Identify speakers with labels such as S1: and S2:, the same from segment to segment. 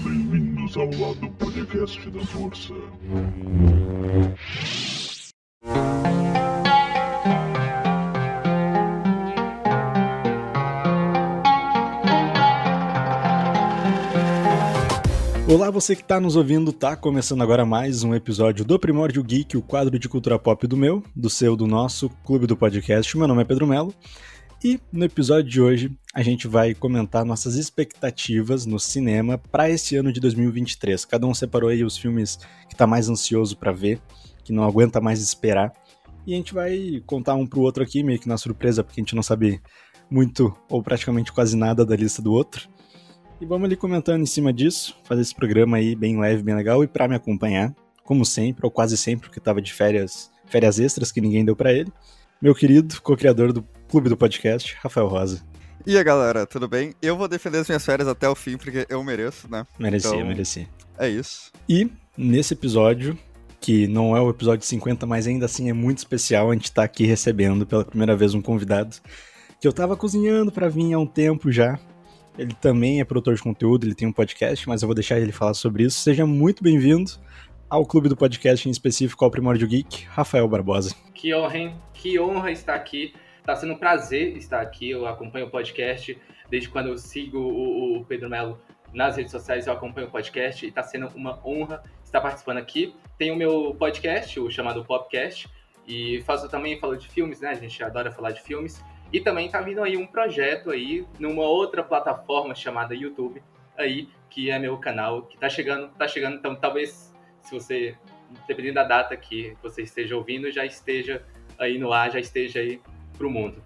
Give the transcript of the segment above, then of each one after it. S1: Bem-vindos ao lado podcast da força.
S2: Olá, você que está nos ouvindo, tá começando agora mais um episódio do Primórdio Geek, o quadro de cultura pop do meu, do seu, do nosso clube do podcast. Meu nome é Pedro Melo e no episódio de hoje a gente vai comentar nossas expectativas no cinema para esse ano de 2023. Cada um separou aí os filmes que tá mais ansioso para ver, que não aguenta mais esperar. E a gente vai contar um pro outro aqui, meio que na surpresa, porque a gente não sabe muito ou praticamente quase nada da lista do outro. E vamos ali comentando em cima disso, fazer esse programa aí bem leve, bem legal. E para me acompanhar, como sempre, ou quase sempre, porque tava de férias, férias extras que ninguém deu para ele, meu querido co-criador do clube do podcast, Rafael Rosa.
S3: E aí, galera, tudo bem? Eu vou defender as minhas férias até o fim, porque eu mereço, né?
S2: Merecia,
S3: Então-
S2: merecia.
S3: É isso.
S2: E nesse episódio, que não é o episódio 50, mas ainda assim é muito especial, a gente tá aqui recebendo pela primeira vez um convidado que eu tava cozinhando pra vir há um tempo já. Ele também é produtor de conteúdo, ele tem um podcast, mas eu vou deixar ele falar sobre isso. Seja muito bem-vindo ao clube do podcast em específico, ao Primórdio Geek, Rafael Barbosa.
S4: Que honra, hein? Que honra estar aqui. Tá sendo um prazer estar aqui. Eu acompanho o podcast desde quando eu sigo o, o Pedro Melo nas redes sociais. Eu acompanho o podcast e tá sendo uma honra estar participando aqui. Tem o meu podcast, o chamado Popcast, e faço também falo de filmes, né? A gente adora falar de filmes. E também tá vindo aí um projeto aí numa outra plataforma chamada YouTube aí, que é meu canal, que tá chegando, tá chegando, então talvez se você dependendo da data que você esteja ouvindo, já esteja aí no ar, já esteja aí pro mundo.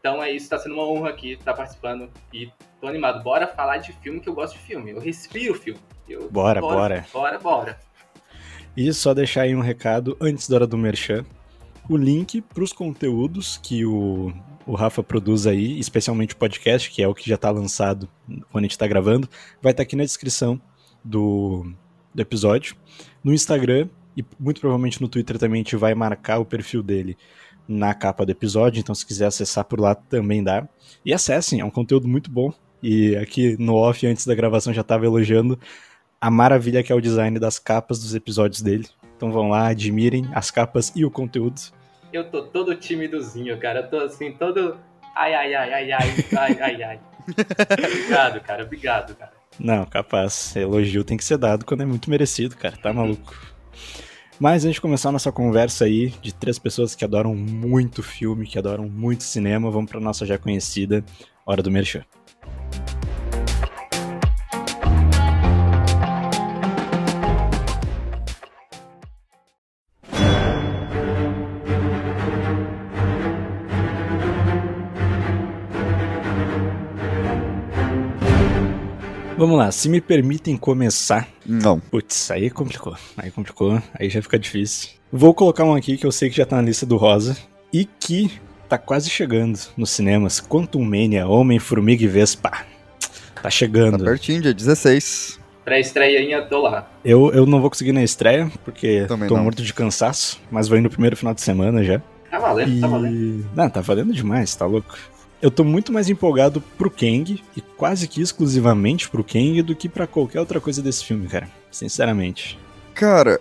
S4: Então é isso, tá sendo uma honra aqui estar participando e tô animado. Bora falar de filme que eu gosto de filme. Eu respiro filme. Eu-
S2: Bora, bora.
S4: bora. Bora, bora.
S2: E só deixar aí um recado antes da hora do merchan. O link para os conteúdos que o, o Rafa produz aí, especialmente o podcast, que é o que já está lançado quando a gente está gravando, vai estar aqui na descrição do, do episódio. No Instagram e muito provavelmente no Twitter também a gente vai marcar o perfil dele na capa do episódio, então se quiser acessar por lá também dá. E acessem, é um conteúdo muito bom. E aqui no off, antes da gravação, já estava elogiando a maravilha que é o design das capas dos episódios dele. Então vão lá, admirem as capas e o conteúdo.
S4: Eu tô todo timidozinho, cara. Eu tô assim, todo. Ai, ai, ai, ai, ai, ai, ai, ai. obrigado, cara. Obrigado, cara.
S2: Não, capaz. Elogio tem que ser dado quando é muito merecido, cara. Tá maluco. Mas antes de começar a nossa conversa aí de três pessoas que adoram muito filme, que adoram muito cinema, vamos pra nossa já conhecida Hora do Merchan. Vamos lá, se me permitem começar.
S3: Não.
S2: Putz, aí é complicou. Aí complicou, aí já fica difícil. Vou colocar um aqui que eu sei que já tá na lista do Rosa e que tá quase chegando nos cinemas. Quantum Mania, Homem, Formiga e Vespa. Tá
S3: Tá
S2: chegando.
S3: pertinho, dia 16.
S4: Pré-estreia, tô lá.
S2: Eu, eu não vou conseguir ir na estreia, porque
S3: Também
S2: tô
S3: não.
S2: morto de cansaço, mas vou ir no primeiro final de semana já.
S4: Tá valendo, tá valendo.
S2: E- Não, tá valendo demais, tá louco? Eu tô muito mais empolgado pro Kang, e quase que exclusivamente pro Kang, do que pra qualquer outra coisa desse filme, cara. Sinceramente.
S3: Cara,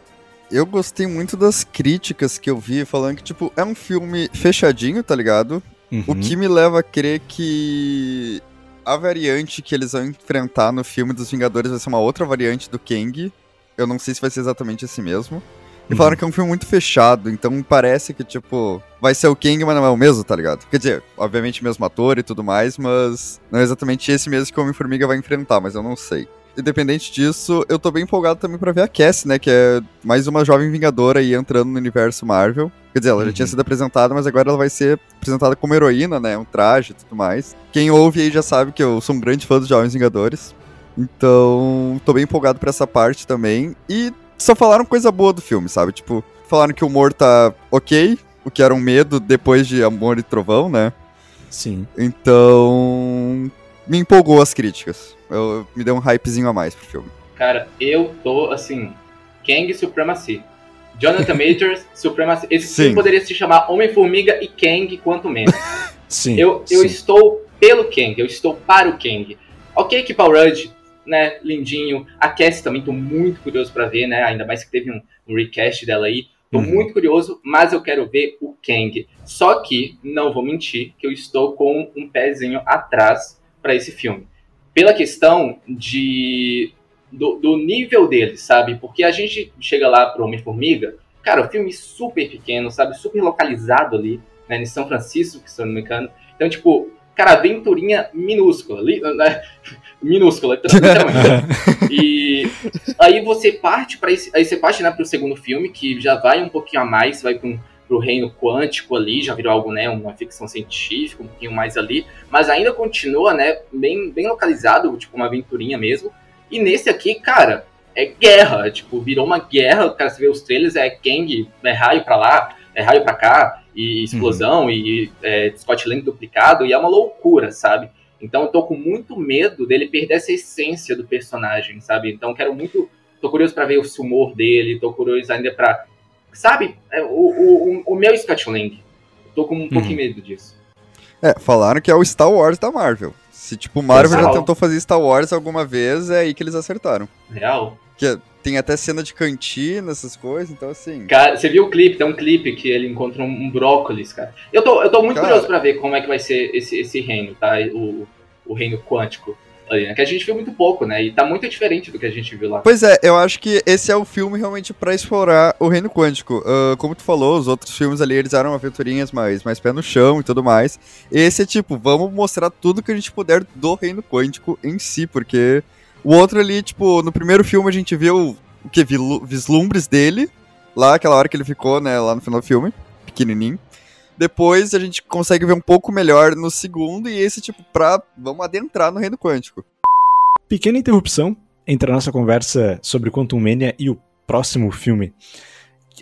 S3: eu gostei muito das críticas que eu vi falando que, tipo, é um filme fechadinho, tá ligado?
S2: Uhum.
S3: O que me leva a crer que a variante que eles vão enfrentar no filme dos Vingadores vai ser uma outra variante do Kang. Eu não sei se vai ser exatamente esse mesmo. E
S2: Uhum.
S3: falaram que é um filme muito fechado, então parece que, tipo, vai ser o Kang, mas não é o mesmo, tá ligado? Quer dizer, obviamente mesmo ator e tudo mais, mas não é exatamente esse mesmo que o Homem-Formiga vai enfrentar, mas eu não sei. Independente disso, eu tô bem empolgado também pra ver a Cassie, né? Que é mais uma jovem Vingadora aí entrando no universo Marvel. Quer dizer, ela já
S2: Uhum.
S3: tinha sido apresentada, mas agora ela vai ser apresentada como heroína, né? Um traje e tudo mais. Quem ouve aí já sabe que eu sou um grande fã dos Jovens Vingadores. Então, tô bem empolgado pra essa parte também. E só falaram coisa boa do filme, sabe? Tipo, falaram que o humor tá ok, o que era um medo depois de Amor e Trovão, né?
S2: Sim.
S3: Então, me empolgou as críticas. Eu, me deu um hypezinho a mais pro filme.
S4: Cara, eu tô assim. Kang Supremacy. Jonathan Majors, Supremacy. Esse
S3: Sim.
S4: filme poderia se chamar Homem-Formiga e Kang, quanto menos.
S2: Sim.
S4: Eu, eu
S2: sim.
S4: estou pelo Kang, eu estou para o Kang. Ok que Paul Rudd né, lindinho. A Cassie também tô muito curioso para ver, né? Ainda mais que teve um, um recast dela aí. Tô
S2: Uhum.
S4: muito curioso, mas eu quero ver o Kang. Só que, não vou mentir, que eu estou com um pezinho atrás para esse filme. Pela questão de do, do nível dele, sabe? Porque a gente chega lá pro Homem-Formiga, cara, o filme super pequeno, sabe? Super localizado ali, né? Em São Francisco, que se eu não me engano. Então, tipo, cara, aventurinha minúscula, li, né? minúscula, literalmente. E aí você parte para esse, aí você parte né, para o segundo filme que já vai um pouquinho a mais, vai para o reino quântico ali, já virou algo né, uma ficção científica um pouquinho mais ali, mas ainda continua né, bem bem localizado, tipo uma aventurinha mesmo. E nesse aqui, cara, é guerra, tipo virou uma guerra, cara, você vê os trailers é Kang, é raio para lá, é raio para cá e explosão e é, Scott Lang duplicado e é uma loucura, sabe? Então eu tô com muito medo dele perder essa essência do personagem, sabe? Então quero muito. Tô curioso pra ver o humor dele, tô curioso ainda pra. Sabe? É, O, o, o, o meu Scott Lang. Tô com um pouquinho medo disso.
S3: É, falaram que é o Star Wars da Marvel. Se, tipo, Marvel já
S4: Total.
S3: tentou fazer Star Wars alguma vez, é aí que eles acertaram.
S4: Real.
S3: Tem até cena de cantina, essas coisas, então assim.
S4: Cara, você viu o clipe? Tem um clipe que ele encontra um, um brócolis, cara. Eu tô, eu tô muito
S3: Cara.
S4: curioso pra ver como é que vai ser esse, esse reino, tá? O, o reino quântico. ali, né? Que a gente viu muito pouco, né? E tá muito diferente do que a gente viu lá.
S3: Pois é, eu acho que esse é o filme realmente pra explorar o reino quântico. Ah, como tu falou, os outros filmes ali eles eram aventurinhas mais, mais pé no chão e tudo mais. Esse é tipo, vamos mostrar tudo que a gente puder do reino quântico em si, porque o outro ali, tipo, no primeiro filme a gente viu o que vislumbres dele, lá aquela hora que ele ficou, né, lá no final do filme, pequenininho. Depois a gente consegue ver um pouco melhor no segundo e esse tipo pra vamos adentrar no reino quântico.
S2: Pequena interrupção entre a nossa conversa sobre Quantum Mania e o próximo filme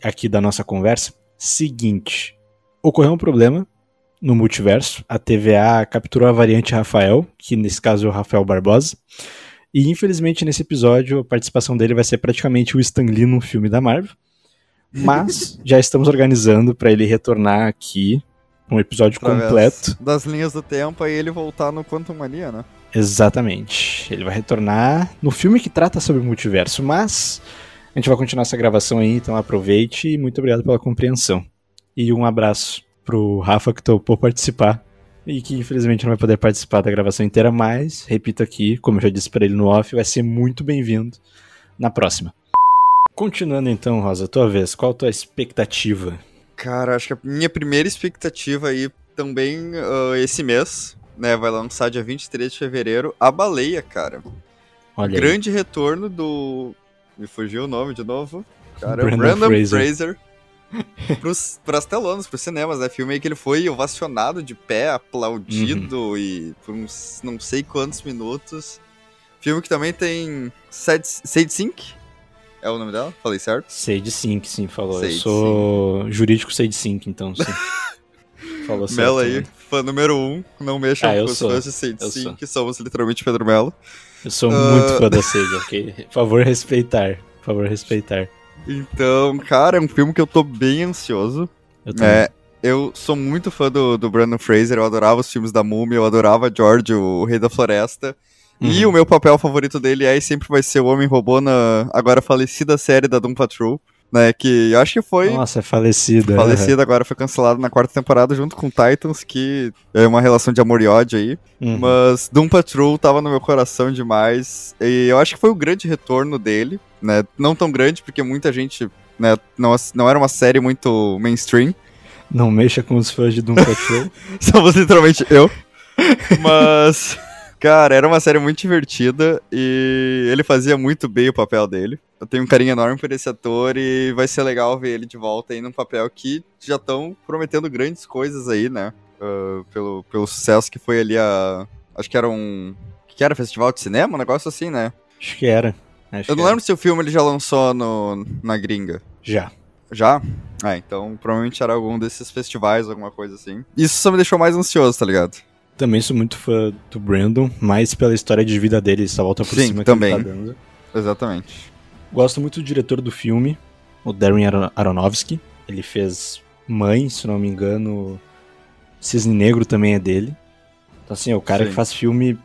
S2: aqui da nossa conversa. Seguinte, ocorreu um problema no multiverso. A TVA capturou a variante Rafael, que nesse caso é o Rafael Barbosa. E infelizmente nesse episódio a participação dele vai ser praticamente o Stan Lee num filme da Marvel. Mas já estamos organizando para ele retornar aqui um episódio
S3: através
S2: completo.
S3: das linhas do tempo e ele voltar no Quantum Mania, né?
S2: Exatamente. Ele vai retornar no filme que trata sobre o multiverso, mas a gente vai continuar essa gravação aí, então aproveite e muito obrigado pela compreensão. E um abraço pro Rafa que topou participar e que infelizmente não vai poder participar da gravação inteira, mas repito aqui, como eu já disse pra ele no off, vai ser muito bem-vindo na próxima. Continuando então, Rosa, tua vez, qual a tua expectativa?
S3: Cara, acho que a minha primeira expectativa aí também ah, esse mês, né? Vai lançar dia 23 de fevereiro, A Baleia, cara.
S2: Olha, aí.
S3: Grande retorno do. Me fugiu o nome de novo. Cara,
S2: Brandon
S3: Brandon, Brandon
S2: Fraser.
S3: Fraser. pros, pras telonas, pros cinemas, né? Filme aí que ele foi ovacionado de pé, aplaudido
S2: Uhum.
S3: e por uns não sei quantos minutos. Filme que também tem Sad Sad Sink. É o nome dela? Falei certo?
S2: Sage Sync, sim, falou.
S3: Sage
S2: eu sou jurídico Sage Sync, então sim. falou certo.
S3: Melo aí,
S2: né?
S3: fã número um, não mexa
S2: Ah, eu
S3: com os
S2: sou,
S3: fãs de
S2: eu sou.
S3: Saint que somos literalmente Pedro Melo.
S2: Eu sou muito fã da
S3: Ah.
S2: Sage, ok? Por favor, respeitar. Por favor, respeitar.
S3: Então, cara, é um filme que eu tô bem ansioso.
S2: Eu também.
S3: É, eu sou muito fã do, do Brandon Fraser, eu adorava os filmes da Múmia, eu adorava George, o Rei da Floresta. E
S2: Uhum.
S3: o meu papel favorito dele é e sempre vai ser o Homem-Robô na agora falecida série da Doom Patrol, né? Que eu acho que foi
S2: Nossa, é falecida.
S3: falecida, agora foi cancelada na quarta temporada junto com Titans, que é uma relação de amor e ódio aí.
S2: Uhum.
S3: Mas Doom Patrol tava no meu coração demais. E eu acho que foi o grande retorno dele, né? Não tão grande, porque muita gente, né, não, ass- não era uma série muito mainstream.
S2: Não mexa com os fãs de Doom Patrol.
S3: Somos literalmente eu. Mas, cara, era uma série muito divertida e ele fazia muito bem o papel dele. Eu tenho um carinho enorme por esse ator e vai ser legal ver ele de volta aí num papel que já estão prometendo grandes coisas aí, né? Ah, pelo, pelo sucesso que foi ali a. Acho que era um. Que era festival de cinema? Um negócio assim, né?
S2: Acho que era. Acho
S3: Eu
S2: que é.
S3: não lembro se o filme ele já lançou no, na gringa.
S2: era. Já.
S3: Já? Ah, então provavelmente era algum desses festivais, alguma coisa assim. Isso só me deixou mais ansioso, tá ligado?
S2: Também sou muito fã do Brandon, mais pela história de vida dele, essa volta por
S3: Sim,
S2: cima
S3: também.
S2: que ele tá dando.
S3: Exatamente.
S2: Gosto muito do diretor do filme, o Darren Aron- Aronofsky. Ele fez Mãe, se não me engano. Cisne Negro também é dele. Então, assim, é o cara
S3: Sim.
S2: que faz filme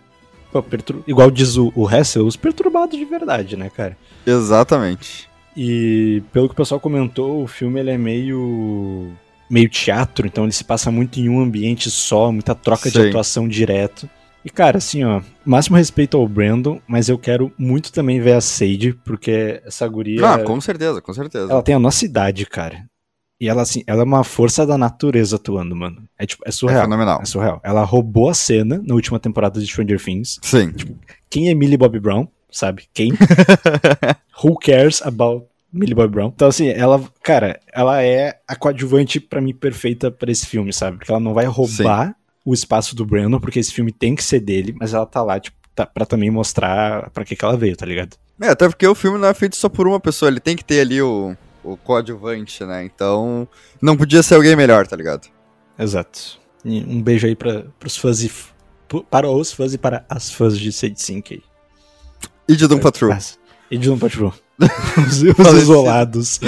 S2: Pô, pertur- Igual diz o, o Hessel, os perturbados de verdade, né, cara?
S3: Exatamente.
S2: E pelo que o pessoal comentou, o filme ele é meio meio teatro, então ele se passa muito em um ambiente só, muita troca de
S3: Sim.
S2: atuação direto. E cara, assim, ó, máximo respeito ao Brandon, mas eu quero muito também ver a Sage, porque essa guria,
S3: Ah, com certeza, com certeza.
S2: ela tem a nossa idade, cara. E ela assim, ela é uma força da natureza atuando, mano. É tipo, é
S3: é
S2: surreal.
S3: fenomenal.
S2: É surreal. Ela roubou a cena na última temporada de Stranger Things.
S3: Sim.
S2: Quem é Millie Bobby Brown? Sabe? Quem? Who cares about Millie Bobby Brown? Então, assim, ela, cara, ela é a coadjuvante, pra mim, perfeita pra esse filme, sabe? Porque ela não vai roubar o espaço do Brandon, porque esse filme tem que ser dele, mas ela tá lá, tipo, tá, pra também mostrar pra que que ela veio, tá ligado?
S3: É, até porque o filme não é feito só por uma pessoa, ele tem que ter ali o, o coadjuvante, né? Então, não podia ser alguém melhor, tá ligado?
S2: Exato. E um beijo aí pra, pros fãs e. f- pu- Para os fãs e para as fãs de Sage Sink aí.
S3: E de um Doom Patrol.
S2: As- E de não Patrol. Os, os
S3: Falecido.
S2: isolados.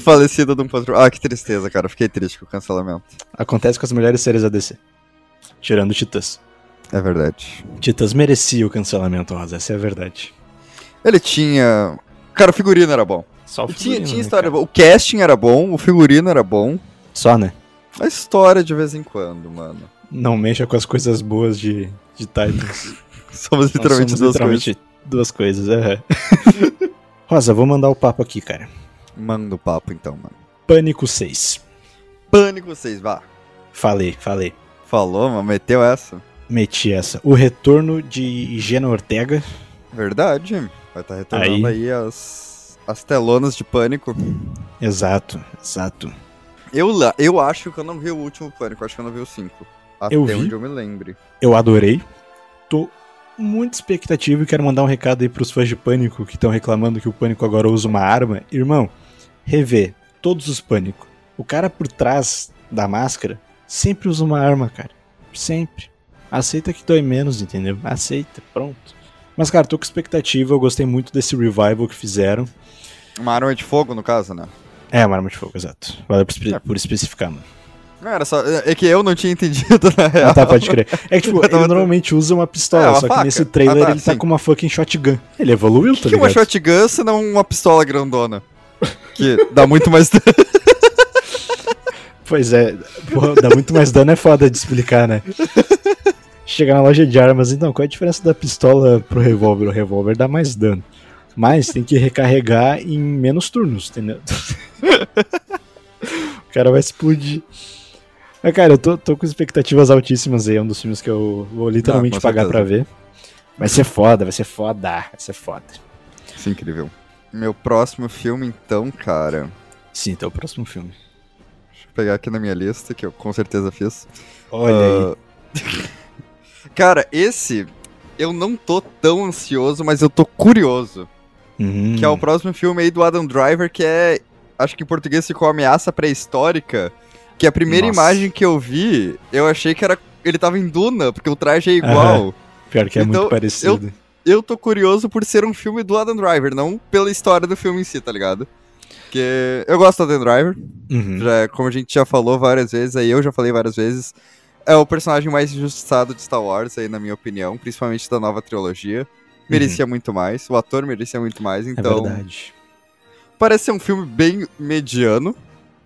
S3: Falecida Doom Patrol. Ah, que tristeza, cara. Fiquei triste com o cancelamento.
S2: Acontece com as melhores séries da DC. Tirando Titãs.
S3: É verdade.
S2: Titãs merecia o cancelamento, Rosa, essa é a verdade.
S3: Ele tinha. Cara, o figurino era bom.
S2: Só
S3: E tinha, tinha história boa. O casting era bom, o figurino era bom.
S2: Só, né?
S3: A história de vez em quando, mano.
S2: Não mexa com as coisas boas de, de Titans.
S3: Somos
S2: Nós
S3: literalmente
S2: somos
S3: duas
S2: literalmente duas coisas, é. Rosa, vou mandar o papo aqui, cara.
S3: coisas. Manda o papo então, mano.
S2: Pânico 6.
S3: Pânico vocês, vá.
S2: Falei, falei.
S3: Falou, mano, meteu essa.
S2: Meti essa. O retorno de Gena Ortega.
S3: Verdade. Vai estar retornando aí, as, as telonas de pânico.
S2: Exato, exato.
S3: Eu, la- eu acho que eu não vi o último pânico, acho que eu não vi o 5. Até
S2: Eu vi.
S3: onde eu me lembre.
S2: Eu adorei. Tô muito expectativo e quero mandar um recado aí pros fãs de Pânico que estão reclamando que o Pânico agora usa uma arma. Irmão, rever todos os Pânico. O cara por trás da máscara sempre usa uma arma, cara. Sempre. Aceita que dói menos, entendeu? Aceita, pronto. Mas, cara, tô com expectativa. Eu gostei muito desse revival que fizeram.
S3: Uma arma de fogo, no caso, né?
S2: É, uma arma de fogo, exato. Valeu por, espe- por especificar, mano.
S3: Não, era só. É que eu não tinha entendido, na real.
S2: Ah, tá, pode crer. É que, tipo,
S3: Eu
S2: ele
S3: tava-
S2: normalmente usa uma pistola,
S3: É, uma
S2: só que
S3: faca.
S2: nesse trailer
S3: Ah, tá,
S2: ele tá
S3: sim.
S2: com uma fucking shotgun. Ele evoluiu,
S3: que
S2: tá
S3: que é uma
S2: ligado?
S3: shotgun se não uma pistola grandona? Que dá muito mais dano.
S2: Pois é, porra, dá muito mais dano, é foda de explicar, né? Chega na loja de armas, então, qual é a diferença da pistola pro revólver? O revólver dá mais dano. Mas tem que recarregar em menos turnos, entendeu? o cara vai explodir. Mas, cara, eu tô, tô com expectativas altíssimas aí. É um dos filmes que eu vou literalmente
S3: com
S2: pagar pra
S3: certeza.
S2: ver. Vai ser foda, vai ser foda, vai ser foda.
S3: Isso é incrível. Meu próximo filme, então, cara.
S2: Sim, então é o próximo filme.
S3: Deixa eu pegar aqui na minha lista, que eu com certeza fiz.
S2: Olha aí.
S3: Ah, cara, esse eu não tô tão ansioso, mas eu tô curioso.
S2: Uhum.
S3: Que é o próximo filme aí do Adam Driver, que é. Acho que em português ficou Ameaça Pré-Histórica. Que a primeira
S2: Nossa.
S3: imagem que eu vi, eu achei que era. Ele tava em Duna, porque o traje é igual.
S2: Pior que é
S3: Então,
S2: muito parecido.
S3: eu tô curioso por ser um filme do Adam Driver, não pela história do filme em si, tá ligado? Porque eu gosto do Adam Driver,
S2: Uhum.
S3: já, é, como a gente já falou várias vezes, aí eu já falei várias vezes, é o personagem mais injustiçado de Star Wars, aí na minha opinião, principalmente da nova trilogia. Merecia muito mais, o ator merecia muito mais,
S2: Uhum. é
S3: então
S2: verdade.
S3: parece ser um filme bem mediano,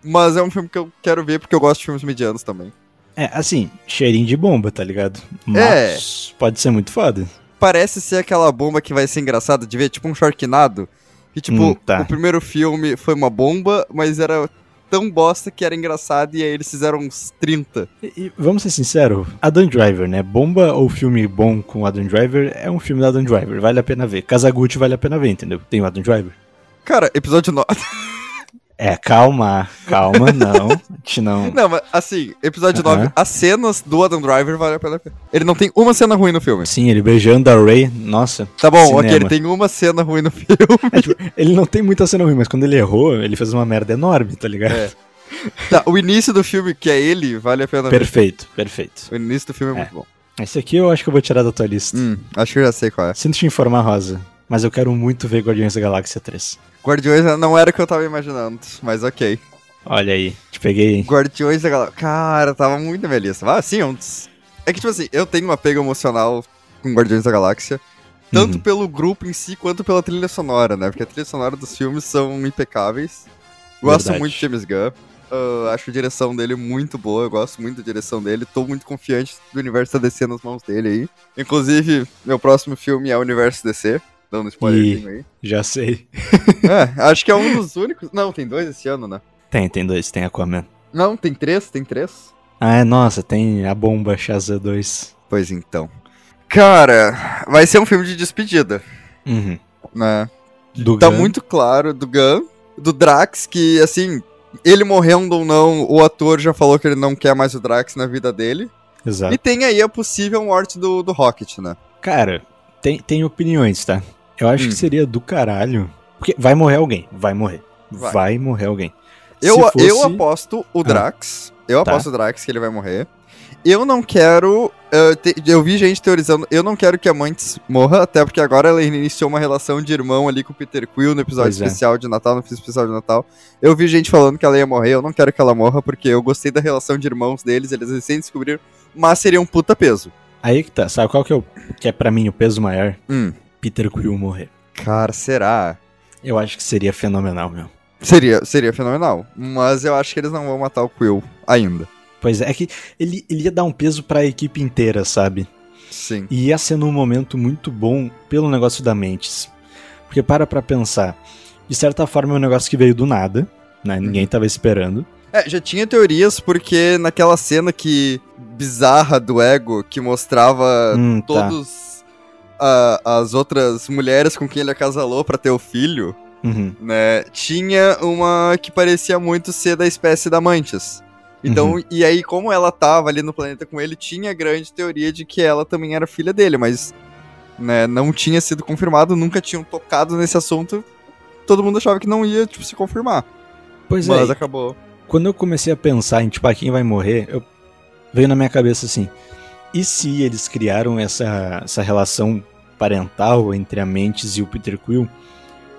S3: mas é um filme que eu quero ver porque eu gosto de filmes medianos também.
S2: É, assim, cheirinho de bomba, tá ligado?
S3: É.
S2: Mas pode ser muito foda.
S3: parece ser aquela bomba que vai ser engraçada de ver, tipo um Sharknado. Que, tipo,
S2: Hum, tá.
S3: o primeiro filme foi uma bomba, mas era tão bosta que era engraçado e aí eles fizeram uns 30.
S2: E, e vamos ser sinceros, Adam Driver, né? Bomba ou filme bom com Adam Driver é um filme da Adam Driver, vale a pena ver. Kazaguchi vale a pena ver, entendeu? Tem o Adam Driver.
S3: Cara, episódio 9.
S2: É, calma, calma, não. A gente não.
S3: Não, mas assim, episódio
S2: Aham.
S3: 9, as cenas do Adam Driver vale a pena ver. Ele não tem uma cena ruim no filme.
S2: Sim, ele beijando a Ray, nossa.
S3: Tá bom,
S2: Cinema.
S3: ok, ele tem uma cena ruim no filme.
S2: É, tipo, ele não tem muita cena ruim, mas quando ele errou, ele fez uma merda enorme, tá ligado?
S3: É. Tá, o início do filme, que é ele, vale a pena ver.
S2: Perfeito, perfeito.
S3: O início do filme é,
S2: É.
S3: muito bom.
S2: Esse aqui eu acho que eu vou tirar da tua lista.
S3: Hum, acho que eu já sei qual é.
S2: Sinto te informar, Rosa, mas eu quero muito ver Guardiões da Galáxia 3.
S3: Guardiões não era o que eu tava imaginando, mas ok.
S2: Olha aí, te peguei, hein?
S3: Guardiões da Galáxia. Cara, tava muito na minha lista. Ah, sim, é um dos- É que, tipo assim, eu tenho um apego emocional com Guardiões da Galáxia. Tanto
S2: Uhum.
S3: pelo grupo em si, quanto pela trilha sonora, né? Porque a trilha sonora dos filmes são impecáveis. Gosto
S2: Verdade.
S3: muito de James Gunn. ah, acho a direção dele muito boa, eu gosto muito da direção dele. Tô muito confiante do universo da DC nas mãos dele aí. Inclusive, meu próximo filme é o universo DC. Dando spoilerzinho aí.
S2: Já sei.
S3: É, acho que é um dos únicos. Não, tem dois esse ano, né?
S2: Tem, tem dois, tem Aquaman.
S3: Não, tem três, tem três.
S2: Ah, é, nossa, tem a bomba Shazam 2.
S3: Pois então. Cara, vai ser um filme de despedida,
S2: Uhum.
S3: né?
S2: Do
S3: Tá
S2: Gunn.
S3: muito claro do Gun, do Drax, que assim, ele morrendo ou não, o ator já falou que ele não quer mais o Drax na vida dele.
S2: Exato.
S3: E tem aí a possível morte do, do Rocket, né?
S2: Cara, tem, tem opiniões, tá? Eu acho
S3: Hum.
S2: que seria do caralho. Porque vai morrer alguém, vai morrer. Vai,
S3: Vai.
S2: morrer alguém.
S3: Eu,
S2: Se fosse- Ah.
S3: eu aposto o Drax. Eu
S2: Tá.
S3: aposto o Drax que ele vai morrer. Eu não quero. eh, te- eu vi gente teorizando. Eu não quero que a Mantis morra, até porque agora ela iniciou uma relação de irmão ali com o Peter Quill no episódio
S2: Pois é.
S3: especial de Natal, no episódio especial de Natal. Eu vi gente falando que ela ia morrer. Eu não quero que ela morra, porque eu gostei da relação de irmãos deles. Eles recém descobriram, mas seria um puta peso.
S2: Aí que tá, sabe qual que é, o, que é pra mim o peso maior?
S3: Hum.
S2: Peter Quill morrer.
S3: Cara, será?
S2: Eu acho que seria fenomenal, meu.
S3: Seria, seria fenomenal. Mas eu acho que eles não vão matar o Quill ainda.
S2: Pois é, é que ele, ele ia dar um peso pra equipe inteira, sabe?
S3: Sim.
S2: E ia sendo um momento muito bom pelo negócio da Mentes. Porque para pra pensar, de certa forma é um negócio que veio do nada, né? Ninguém tava esperando.
S3: É, já tinha teorias, porque naquela cena que bizarra do ego, que mostrava
S2: Hum, tá.
S3: todos a- as outras mulheres com quem ele acasalou pra ter o filho,
S2: Uhum.
S3: né? Tinha uma que parecia muito ser da espécie da Mantis. Então, e aí, como ela tava ali no planeta com ele, tinha a grande teoria de que ela também era filha dele, mas né, não tinha sido confirmado, nunca tinham tocado nesse assunto. Todo mundo achava que não ia tipo, se confirmar.
S2: Pois é,
S3: mas acabou.
S2: quando eu comecei a pensar em tipo, ah, quem vai morrer, eu- veio na minha cabeça assim: e se eles criaram essa, essa relação parental entre a Mentes e o Peter Quill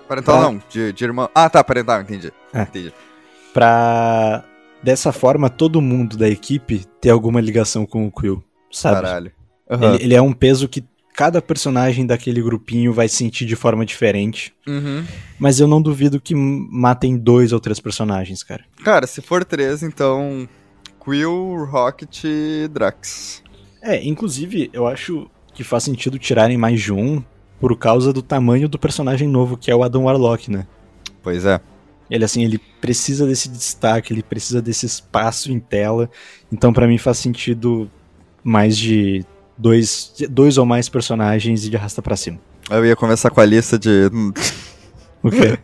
S3: Parental
S2: Tá.
S3: não, de, de irmão. Ah, tá, parental, entendi.
S2: É.
S3: Entendi.
S2: pra dessa forma todo mundo da equipe ter alguma ligação com o Quill, sabe?
S3: Caralho. Aham.
S2: Ele, ele é um peso que cada personagem daquele grupinho vai sentir de forma diferente.
S3: Uhum.
S2: Mas eu não duvido que m- matem dois ou três personagens, cara.
S3: Cara, se for três, então. Quill, Rocket e Drax.
S2: É, inclusive, eu acho que faz sentido tirarem mais de um por causa do tamanho do personagem novo, que é o Adam Warlock, né?
S3: Pois é.
S2: Ele, assim, ele precisa desse destaque, ele precisa desse espaço em tela. Então, pra mim, faz sentido mais de dois, dois ou mais personagens e de arrasta pra cima.
S3: Eu ia começar com a lista de.
S2: O quê?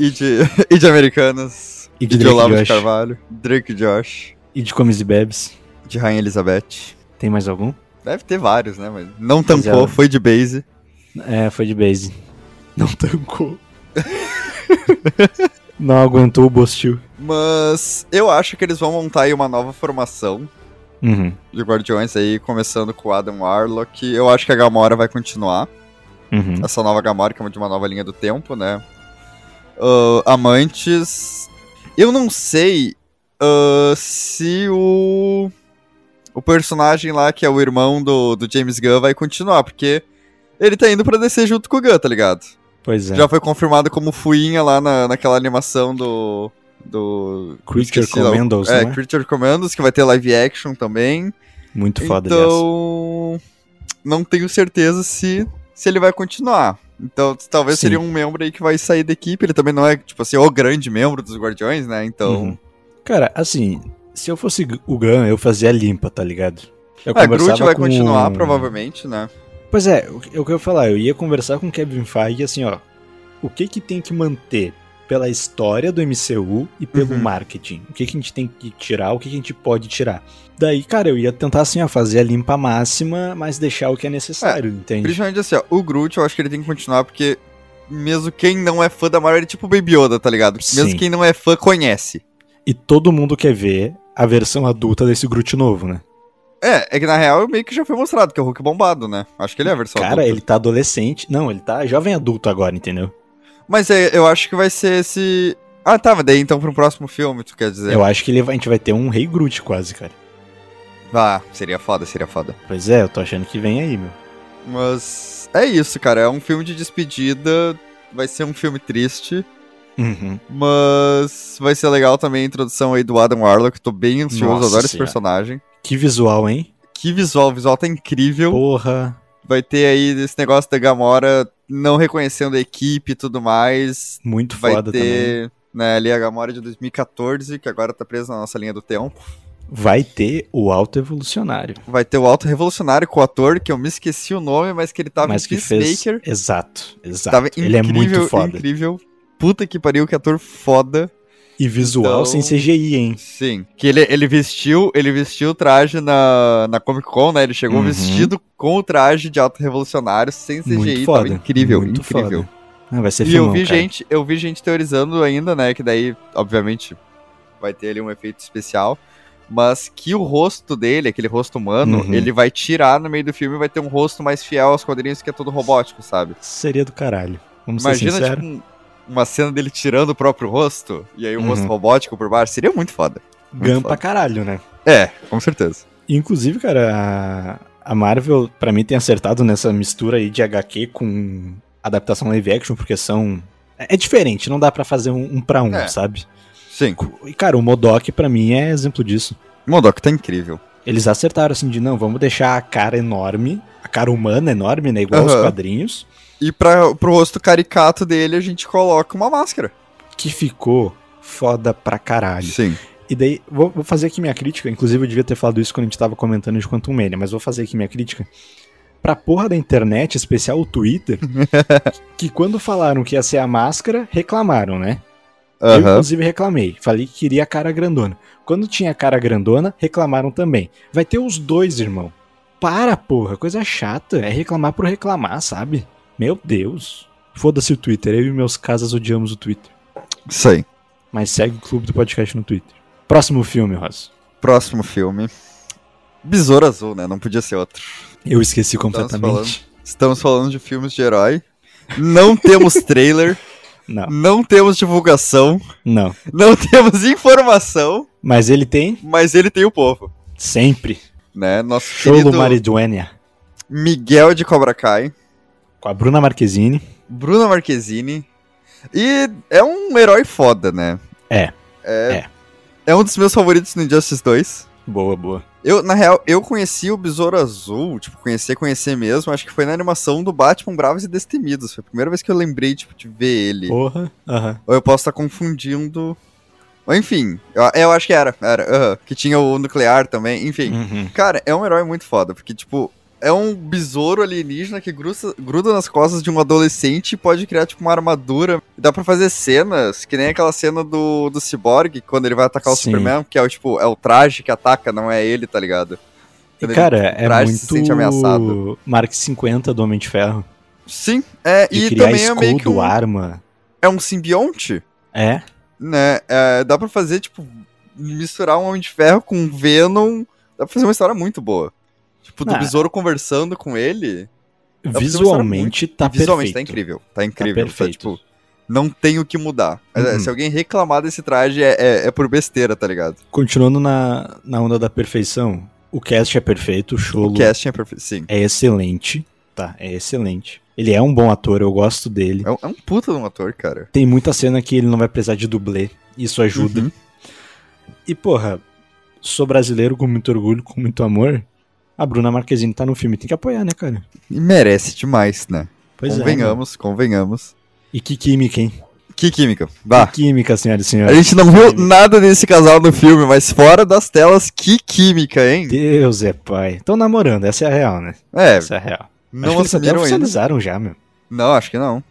S3: e de. e de Americanas.
S2: E
S3: E
S2: de
S3: de,
S2: Drake
S3: Olavo
S2: Josh.
S3: de Carvalho. Drake e Josh.
S2: e de comes e bebes?
S3: De Rainha Elizabeth.
S2: Tem mais algum?
S3: Deve ter vários, né? Mas não
S2: Pois
S3: tampou,
S2: é.
S3: foi de base.
S2: É, foi de base. Não tancou. Não aguentou o Bostil.
S3: Mas eu acho que eles vão montar aí uma nova formação
S2: Uhum.
S3: de Guardiões aí, começando com o Adam Warlock. Eu acho que a Gamora vai continuar.
S2: Uhum.
S3: essa nova Gamora, que é de uma nova linha do tempo, né? Ah, Amantes. Eu não sei ah, se o. O personagem lá, que é o irmão do, do James Gunn, vai continuar, porque ele tá indo pra descer junto com o Gunn, tá ligado?
S2: Pois é.
S3: Já foi confirmado como fuinha lá na, naquela animação do. Do.
S2: Creature
S3: esqueci lá o-
S2: Commandos,
S3: É,
S2: né?
S3: Creature Commandos, que vai ter live action também.
S2: Muito foda, aliás.
S3: Então, não tenho certeza se, se ele vai continuar. Então, talvez
S2: Sim.
S3: seria um membro aí que vai sair da equipe. Ele também não é, tipo assim, o grande membro dos Guardiões, né? Então,
S2: Uhum. Cara, assim, se eu fosse o Gun, eu fazia limpa, tá ligado? Eu
S3: é, Groot vai
S2: com- um
S3: continuar, provavelmente, né?
S2: Pois é, o que eu, que eu ia falar, eu ia conversar com o Kevin Feige assim, ó. O que que tem que manter pela história do MCU e pelo
S3: Uhum.
S2: marketing? O que que a gente tem que tirar, o que que a gente pode tirar? Daí, cara, eu ia tentar assim, ó, fazer a limpa máxima, mas deixar o que é necessário, entende?
S3: Principalmente assim, ó, o Groot eu acho que ele tem que continuar, porque mesmo quem não é fã da Marvel, ele é tipo o Baby Yoda, tá ligado?
S2: Sim.
S3: Mesmo quem não é fã, conhece.
S2: E todo mundo quer ver a versão adulta desse Groot novo, né?
S3: É, é que na real meio que já foi mostrado, que é o Hulk bombado, né? Acho que ele é a versão
S2: cara,
S3: adulta.
S2: ele tá adolescente. Não, ele tá jovem adulto agora, entendeu?
S3: Mas é, eu acho que vai ser esse... Ah, tá, mas daí então pra um próximo filme, tu quer dizer?
S2: Eu acho que ele vai- a gente vai ter um rei Groot quase, cara.
S3: Ah, seria foda, seria foda.
S2: Pois é, eu tô achando que vem aí, meu.
S3: Mas é isso, cara. É um filme de despedida. Vai ser um filme triste.
S2: Uhum.
S3: Mas vai ser legal também a introdução aí do Adam Warlock. Tô bem ansioso,
S2: Nossa
S3: adoro esse
S2: senhora.
S3: personagem.
S2: Que visual, hein?
S3: Que visual, o visual tá incrível.
S2: Porra.
S3: Vai ter aí esse negócio da Gamora não reconhecendo a equipe e tudo mais.
S2: Muito
S3: Vai
S2: foda também.
S3: ter né, ali a Gamora de 2014, que agora tá presa na nossa linha do tempo.
S2: Vai ter o Alto Evolucionário.
S3: Vai ter o Alto Revolucionário com o ator, que eu me esqueci o nome, mas que ele tava
S2: mas
S3: em
S2: que fez.
S3: Peacemaker.
S2: Exato, exato.
S3: Tava incrível,
S2: Ele é muito foda.
S3: incrível. Puta que pariu, que ator foda.
S2: E visual
S3: Então-
S2: sem CGI, hein?
S3: Sim. Que ele, ele vestiu, ele vestiu o traje na, na Comic Con, né? Ele chegou
S2: Uhum.
S3: vestido com o traje de alto revolucionário, sem CGI.
S2: muito
S3: tava
S2: foda.
S3: incrível,
S2: muito
S3: incrível.
S2: Foda. Ah, vai ser
S3: E
S2: filmão,
S3: eu vi
S2: cara.
S3: gente, eu vi gente teorizando ainda, né? Que daí, obviamente, vai ter ali um efeito especial. Mas que o rosto dele, aquele rosto humano,
S2: Uhum.
S3: ele vai tirar no meio do filme e vai ter um rosto mais fiel aos quadrinhos que é todo robótico, sabe?
S2: Seria do caralho. Vamos ser
S3: Imagina,
S2: sinceros.
S3: tipo, um- uma cena dele tirando o próprio rosto, e aí o
S2: Uhum.
S3: rosto robótico por baixo, seria muito foda. muito
S2: Gam
S3: foda.
S2: pra caralho, né?
S3: É, com certeza.
S2: Inclusive, cara, a, a Marvel, pra mim, tem acertado nessa mistura aí de HQ com adaptação live action, porque são. É é diferente, não dá pra fazer um, um pra um,
S3: É.
S2: sabe?
S3: Sim,
S2: E, cara, o Modok, pra mim, é exemplo disso.
S3: o Modok tá incrível.
S2: Eles acertaram assim de não, vamos deixar a cara enorme, a cara humana enorme, né? Igual aos
S3: Aham.
S2: quadrinhos.
S3: E pra, pro rosto caricato dele, a gente coloca uma máscara.
S2: que ficou foda pra caralho.
S3: Sim.
S2: E daí, vou, vou fazer aqui minha crítica, inclusive eu devia ter falado isso quando a gente tava comentando de Quantum Mania, mas vou fazer aqui minha crítica. Pra porra da internet, especial o Twitter, que quando falaram que ia ser a máscara, reclamaram, né? Eu,
S3: Aham.
S2: inclusive, reclamei. Falei que queria a cara grandona. Quando tinha a cara grandona, reclamaram também. Vai ter os dois, irmão. Para, porra. Coisa chata. É reclamar por reclamar, sabe? Meu Deus. Foda-se o Twitter. Eu e meus casas odiamos o Twitter.
S3: Isso aí.
S2: Mas segue o clube do podcast no Twitter. Próximo filme, Ross.
S3: Próximo filme. Besouro Azul, né? Não podia ser outro.
S2: Eu esqueci
S3: completamente.
S2: completamente.
S3: Estamos Tá falando de filmes de herói. Não temos trailer,
S2: Não,
S3: não temos divulgação,
S2: não.
S3: não temos informação,
S2: Mas ele tem
S3: mas ele tem o povo,
S2: sempre.
S3: né? Nosso
S2: Cholo
S3: querido
S2: Mariduena.
S3: Miguel de Cobra Kai.
S2: Com a Bruna Marquezine.
S3: Bruna Marquezine. E é um herói foda, né?
S2: É.
S3: É. É um dos meus favoritos no Injustice 2.
S2: Boa, boa.
S3: Eu, na real, eu conheci o Besouro Azul, tipo, conhecer, conhecer mesmo, acho que foi na animação do Batman Bravos e Destemidos. Foi a primeira vez que eu lembrei, tipo, de ver ele.
S2: Porra. Aham.
S3: Ou eu posso estar confundindo. Ou enfim, eu, eu acho que era, era, aham, que tinha o nuclear também, enfim.
S2: Uhum.
S3: Cara, é um herói muito foda, porque, tipo, é um besouro alienígena que gruça- gruda nas costas de um adolescente e pode criar, tipo, uma armadura. Dá pra fazer cenas, que nem aquela cena do, do Cyborg, quando ele vai atacar o
S2: Sim.
S3: Superman, que é o, tipo, é o traje que ataca, não é ele, tá ligado?
S2: E,
S3: Quando ele-
S2: cara, é
S3: traz, se sente ameaçado.
S2: muito Mark 50 do Homem de Ferro.
S3: Sim, é,
S2: De
S3: e
S2: criar
S3: também é meio que
S2: escudo,
S3: um,
S2: arma.
S3: é um simbionte,
S2: É.
S3: né? É, dá pra fazer, tipo, misturar um Homem de Ferro com um Venom, dá pra fazer uma história muito boa. Tipo, do
S2: Ah.
S3: besouro conversando com ele... uma
S2: Visualmente tá
S3: Visualmente tá
S2: perfeito.
S3: incrível. Tá incrível. Tá
S2: perfeito.
S3: tipo, não tem o que mudar. Mas, é,
S2: Uhum.
S3: Se alguém reclamar desse traje, é, é- é por besteira, tá ligado?
S2: Continuando na, na onda da perfeição, o cast é perfeito, o
S3: O
S2: Cholo
S3: casting é perfeito. Sim.
S2: é excelente, tá? É excelente. Ele é um bom ator, eu gosto dele.
S3: É um, é um puta de um ator, cara.
S2: Tem muita cena que ele não vai precisar de dublê, isso ajuda.
S3: Uhum.
S2: E porra, sou brasileiro com muito orgulho, com muito amor. A Bruna Marquezine tá no filme, tem que apoiar, né, cara?
S3: E merece demais, né?
S2: Pois é. mano.
S3: convenhamos, convenhamos.
S2: E que química, hein?
S3: Que química. Bah.
S2: Que química, senhoras e
S3: A
S2: senhores.
S3: gente não viu
S2: Química.
S3: nada desse casal no filme, mas fora das telas, que química, hein?
S2: Deus é pai. Estão namorando, essa é a real, né?
S3: É,
S2: Essa é a real.
S3: não
S2: Acho que eles até
S3: assumiram ainda.
S2: oficializaram já, meu.
S3: Não, acho que não.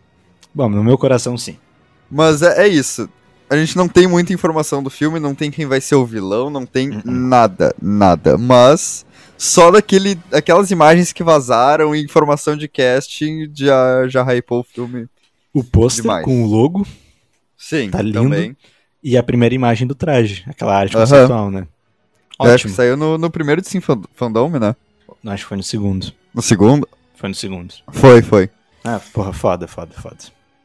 S2: Bom, no meu coração sim.
S3: Mas é, é isso. A gente não tem muita informação do filme, não tem quem vai ser o vilão, não tem
S2: Uhum.
S3: nada, nada. Mas só daquele, daquelas imagens que vazaram e informação de casting já, já hypou o filme.
S2: O pôster
S3: Demais.
S2: com o logo
S3: Sim,
S2: Tá lindo.
S3: também.
S2: e a primeira imagem do traje, aquela arte
S3: Aham.
S2: conceitual, né?
S3: Eu acho que
S2: Ótimo.
S3: saiu no, no primeiro de Sim Fan- Fandome, né?
S2: Não, acho que foi no segundo.
S3: No segundo?
S2: Foi no segundo.
S3: Foi, foi.
S2: Ah, porra, foda, foda, foda.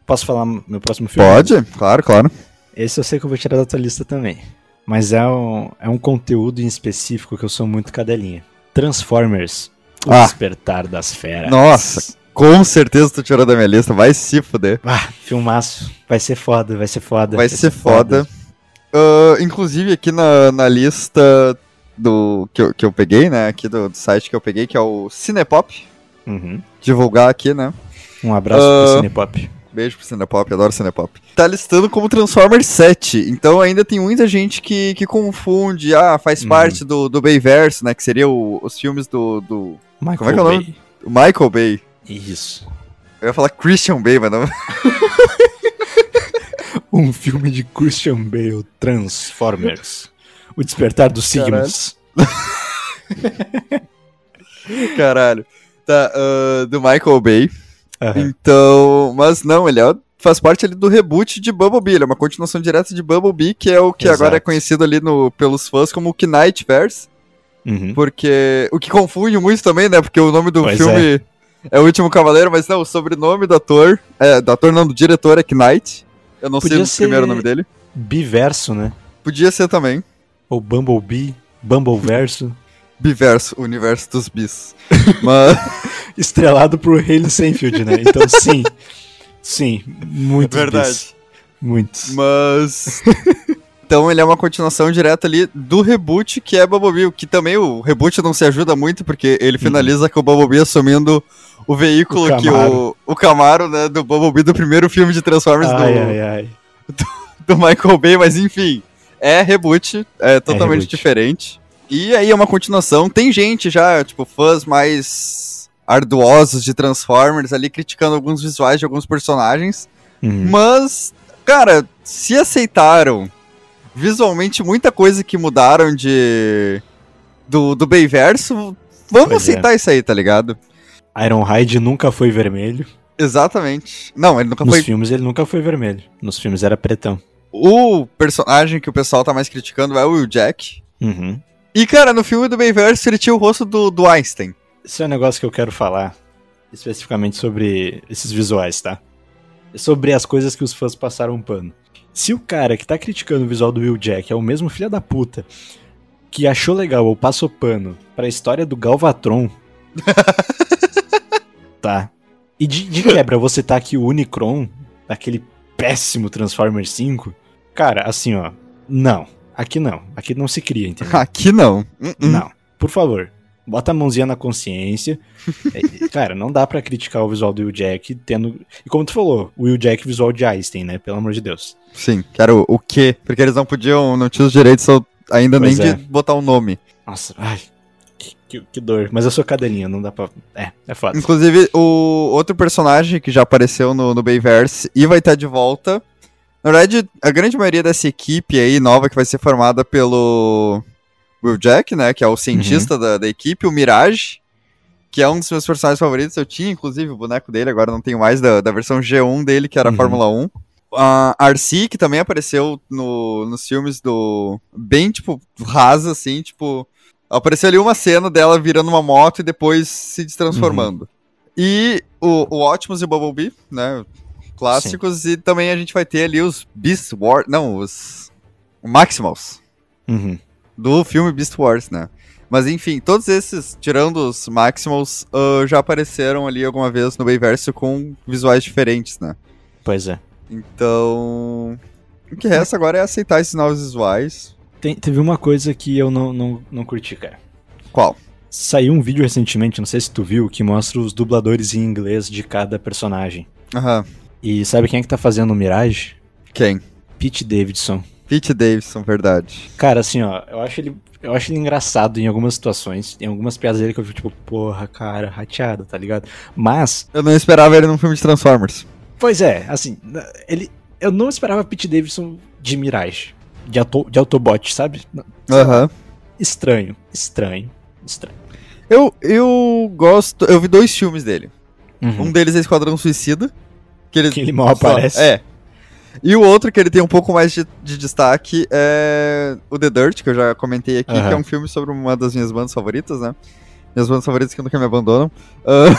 S2: Posso falar meu próximo filme?
S3: Pode? Claro, claro.
S2: Esse eu sei que eu vou tirar da tua lista também. Mas é um, é um conteúdo em específico que eu sou muito cadelinha. Transformers, O
S3: Ah.
S2: Despertar das Feras.
S3: Nossa. Com certeza tu tirou da minha lista, vai se fuder.
S2: Ah, filmaço. Vai ser foda, vai ser foda.
S3: Vai ser foda. Ah, inclusive, aqui na, na lista do que eu, que eu peguei, né? Aqui do, do site que eu peguei, que é o Cinepop.
S2: Uhum.
S3: Divulgar aqui, né?
S2: Um abraço
S3: Ah.
S2: pro Cinepop.
S3: Beijo pro Cinepop, adoro Cinepop. Tá listando como Transformers 7. Então ainda tem muita gente que, que confunde. Ah, faz
S2: Uhum.
S3: parte do, do Bayverse, né? Que seria o- os filmes do, do
S2: Michael
S3: Como é que é o nome?
S2: Bay.
S3: Michael Bay.
S2: Isso.
S3: Eu ia falar Christian Bay, mas não.
S2: Um filme de Christian Bale, Transformers. O Despertar dos
S3: Caralho.
S2: Signos.
S3: Caralho. Tá, ah, do Michael Bay.
S2: Aham.
S3: Então. Mas não, ele é- faz parte ali do reboot de Bumblebee. Ele é uma continuação direta de Bumblebee, que é o que agora é
S2: Exato.
S3: conhecido ali no, pelos fãs como Knightverse.
S2: Uhum.
S3: Porque. O que confunde muito também, né? Porque o nome do
S2: Pois
S3: filme é. O Último Cavaleiro, mas não, o sobrenome do ator. É, do ator não, do diretor é Knight. Eu não
S2: Podia
S3: sei o primeiro
S2: ser-
S3: nome dele.
S2: Biverso, né?
S3: Podia ser também.
S2: Ou Bumblebee, Bumbleverso.
S3: Biverso, o universo dos bis. Mas.
S2: estrelado por Haley Seinfeld, né? Então, sim. Sim, muitos.
S3: Verdade.
S2: bis. Muitos.
S3: Mas. então ele é uma continuação direta ali do reboot que é Bumblebee, que também o reboot não se ajuda muito, porque ele finaliza com o Bumblebee assumindo o veículo
S2: Uhum. O
S3: que o,
S2: Camaro.
S3: o Camaro, né, do Bumblebee do primeiro filme de Transformers do,
S2: Ai, ai, ai.
S3: do Michael Bay, mas enfim, é reboot, é totalmente
S2: reboot.
S3: diferente. E aí é uma continuação, tem gente já, tipo, fãs mais arduosos de Transformers ali criticando alguns visuais de alguns personagens,
S2: Uhum.
S3: mas, cara, se aceitaram visualmente muita coisa que mudaram de. do, do Bayverso, vamos
S2: Pois é.
S3: aceitar isso aí, tá ligado?
S2: Ironhide Hum. nunca foi vermelho.
S3: Exatamente. Não, ele nunca
S2: Nos
S3: foi.
S2: filmes ele nunca foi vermelho. Nos filmes era pretão.
S3: O personagem que o pessoal tá mais criticando é o Will Jack.
S2: Uhum.
S3: E, cara, no filme do Bayverso ele tinha o rosto do, do Einstein.
S2: Esse é um negócio que eu quero falar especificamente sobre esses visuais, tá? É Sobre as coisas que os fãs passaram um pano. Se o cara que tá criticando o visual do Will Jack é o mesmo filho da puta que achou legal ou passou pano pra história do Galvatron. tá. E de, de quebra, você tá aqui o Unicron, aquele péssimo Transformers 5. Cara, assim, ó. Não. Aqui não. Aqui não se cria, entendeu?
S3: Aqui não. Hum, hum.
S2: Não, por favor. Bota a mãozinha na consciência. É, Cara, não dá pra criticar o visual do Will Jack tendo. E como tu falou, o Will Jack visual de Einstein, né? Pelo amor de Deus.
S3: Sim, quero o quê? Porque eles não podiam, não tinham os direitos ao- ainda
S2: Pois
S3: nem
S2: é.
S3: de botar o nome.
S2: Nossa, ai. Que, que- que dor. Mas eu sou cadelinha, não dá pra. É, é foda.
S3: Inclusive, o outro personagem que já apareceu no, no Bayverse e vai estar de volta. Na verdade, a grande maioria dessa equipe aí nova que vai ser formada pelo Will Jack, né? Que é o cientista da, da equipe, o Mirage, que é um dos meus personagens favoritos. Eu tinha, inclusive, o boneco dele, agora não tenho mais, da, da versão G1 dele, que era a
S2: Uhum.
S3: Fórmula 1. A Arcee, que também apareceu no, nos filmes do. Bem, tipo, rasa, assim, tipo. Apareceu ali uma cena dela virando uma moto e depois se transformando. E o, o Optimus e o Bumblebee, né? Clássicos. E também a gente vai ter ali os Beast Wars. Não, os. Maximals.
S2: Uhum.
S3: Do filme Beast Wars, né? Mas enfim, todos esses, tirando os Maximals, ah, já apareceram ali alguma vez no Bayverso com visuais diferentes, né?
S2: Pois é.
S3: Então. O que resta agora é aceitar esses novos visuais.
S2: Tem- teve uma coisa que eu não, não, não curti, cara.
S3: Qual?
S2: Saiu um vídeo recentemente, não sei se tu viu, que mostra os dubladores em inglês de cada personagem.
S3: Aham.
S2: E sabe quem é que tá fazendo o Mirage?
S3: Quem?
S2: Pete Davidson.
S3: Pete Davidson, verdade.
S2: Cara, assim, ó, eu acho ele. Eu acho ele engraçado em algumas situações. Tem algumas piadas dele que eu fico, tipo, porra, cara, rateada, tá ligado? Mas,
S3: Eu não esperava ele num filme de Transformers.
S2: pois é, assim, na- ele. Eu não esperava Pete Davidson de Mirage. De, auto, de Autobot, sabe? Não,
S3: Aham.
S2: Estranho, estranho, estranho.
S3: Eu, eu gosto. Eu vi dois filmes dele.
S2: Uhum.
S3: Um deles é Esquadrão Suicida. Que ele,
S2: Que ele mal
S3: só-
S2: aparece.
S3: É. E o outro que ele tem um pouco mais de, de destaque é o The Dirt, que eu já comentei aqui,
S2: Aham.
S3: que é um filme sobre uma das minhas bandas favoritas, né? Minhas bandas favoritas que nunca me abandonam. Ah,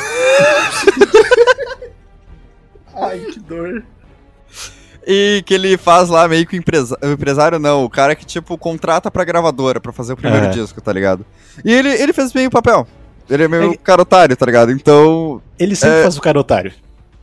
S4: Ai, que dor.
S3: e que ele faz lá meio que o empresa- o empresário, não, o
S2: É.
S3: cara que, tipo, contrata pra gravadora pra fazer o primeiro
S2: Aham.
S3: disco, tá ligado? E ele, ele fez bem o papel. Ele é meio
S2: É-
S3: cara otário, tá ligado? Então.
S2: Ele sempre
S3: É.
S2: faz o cara otário.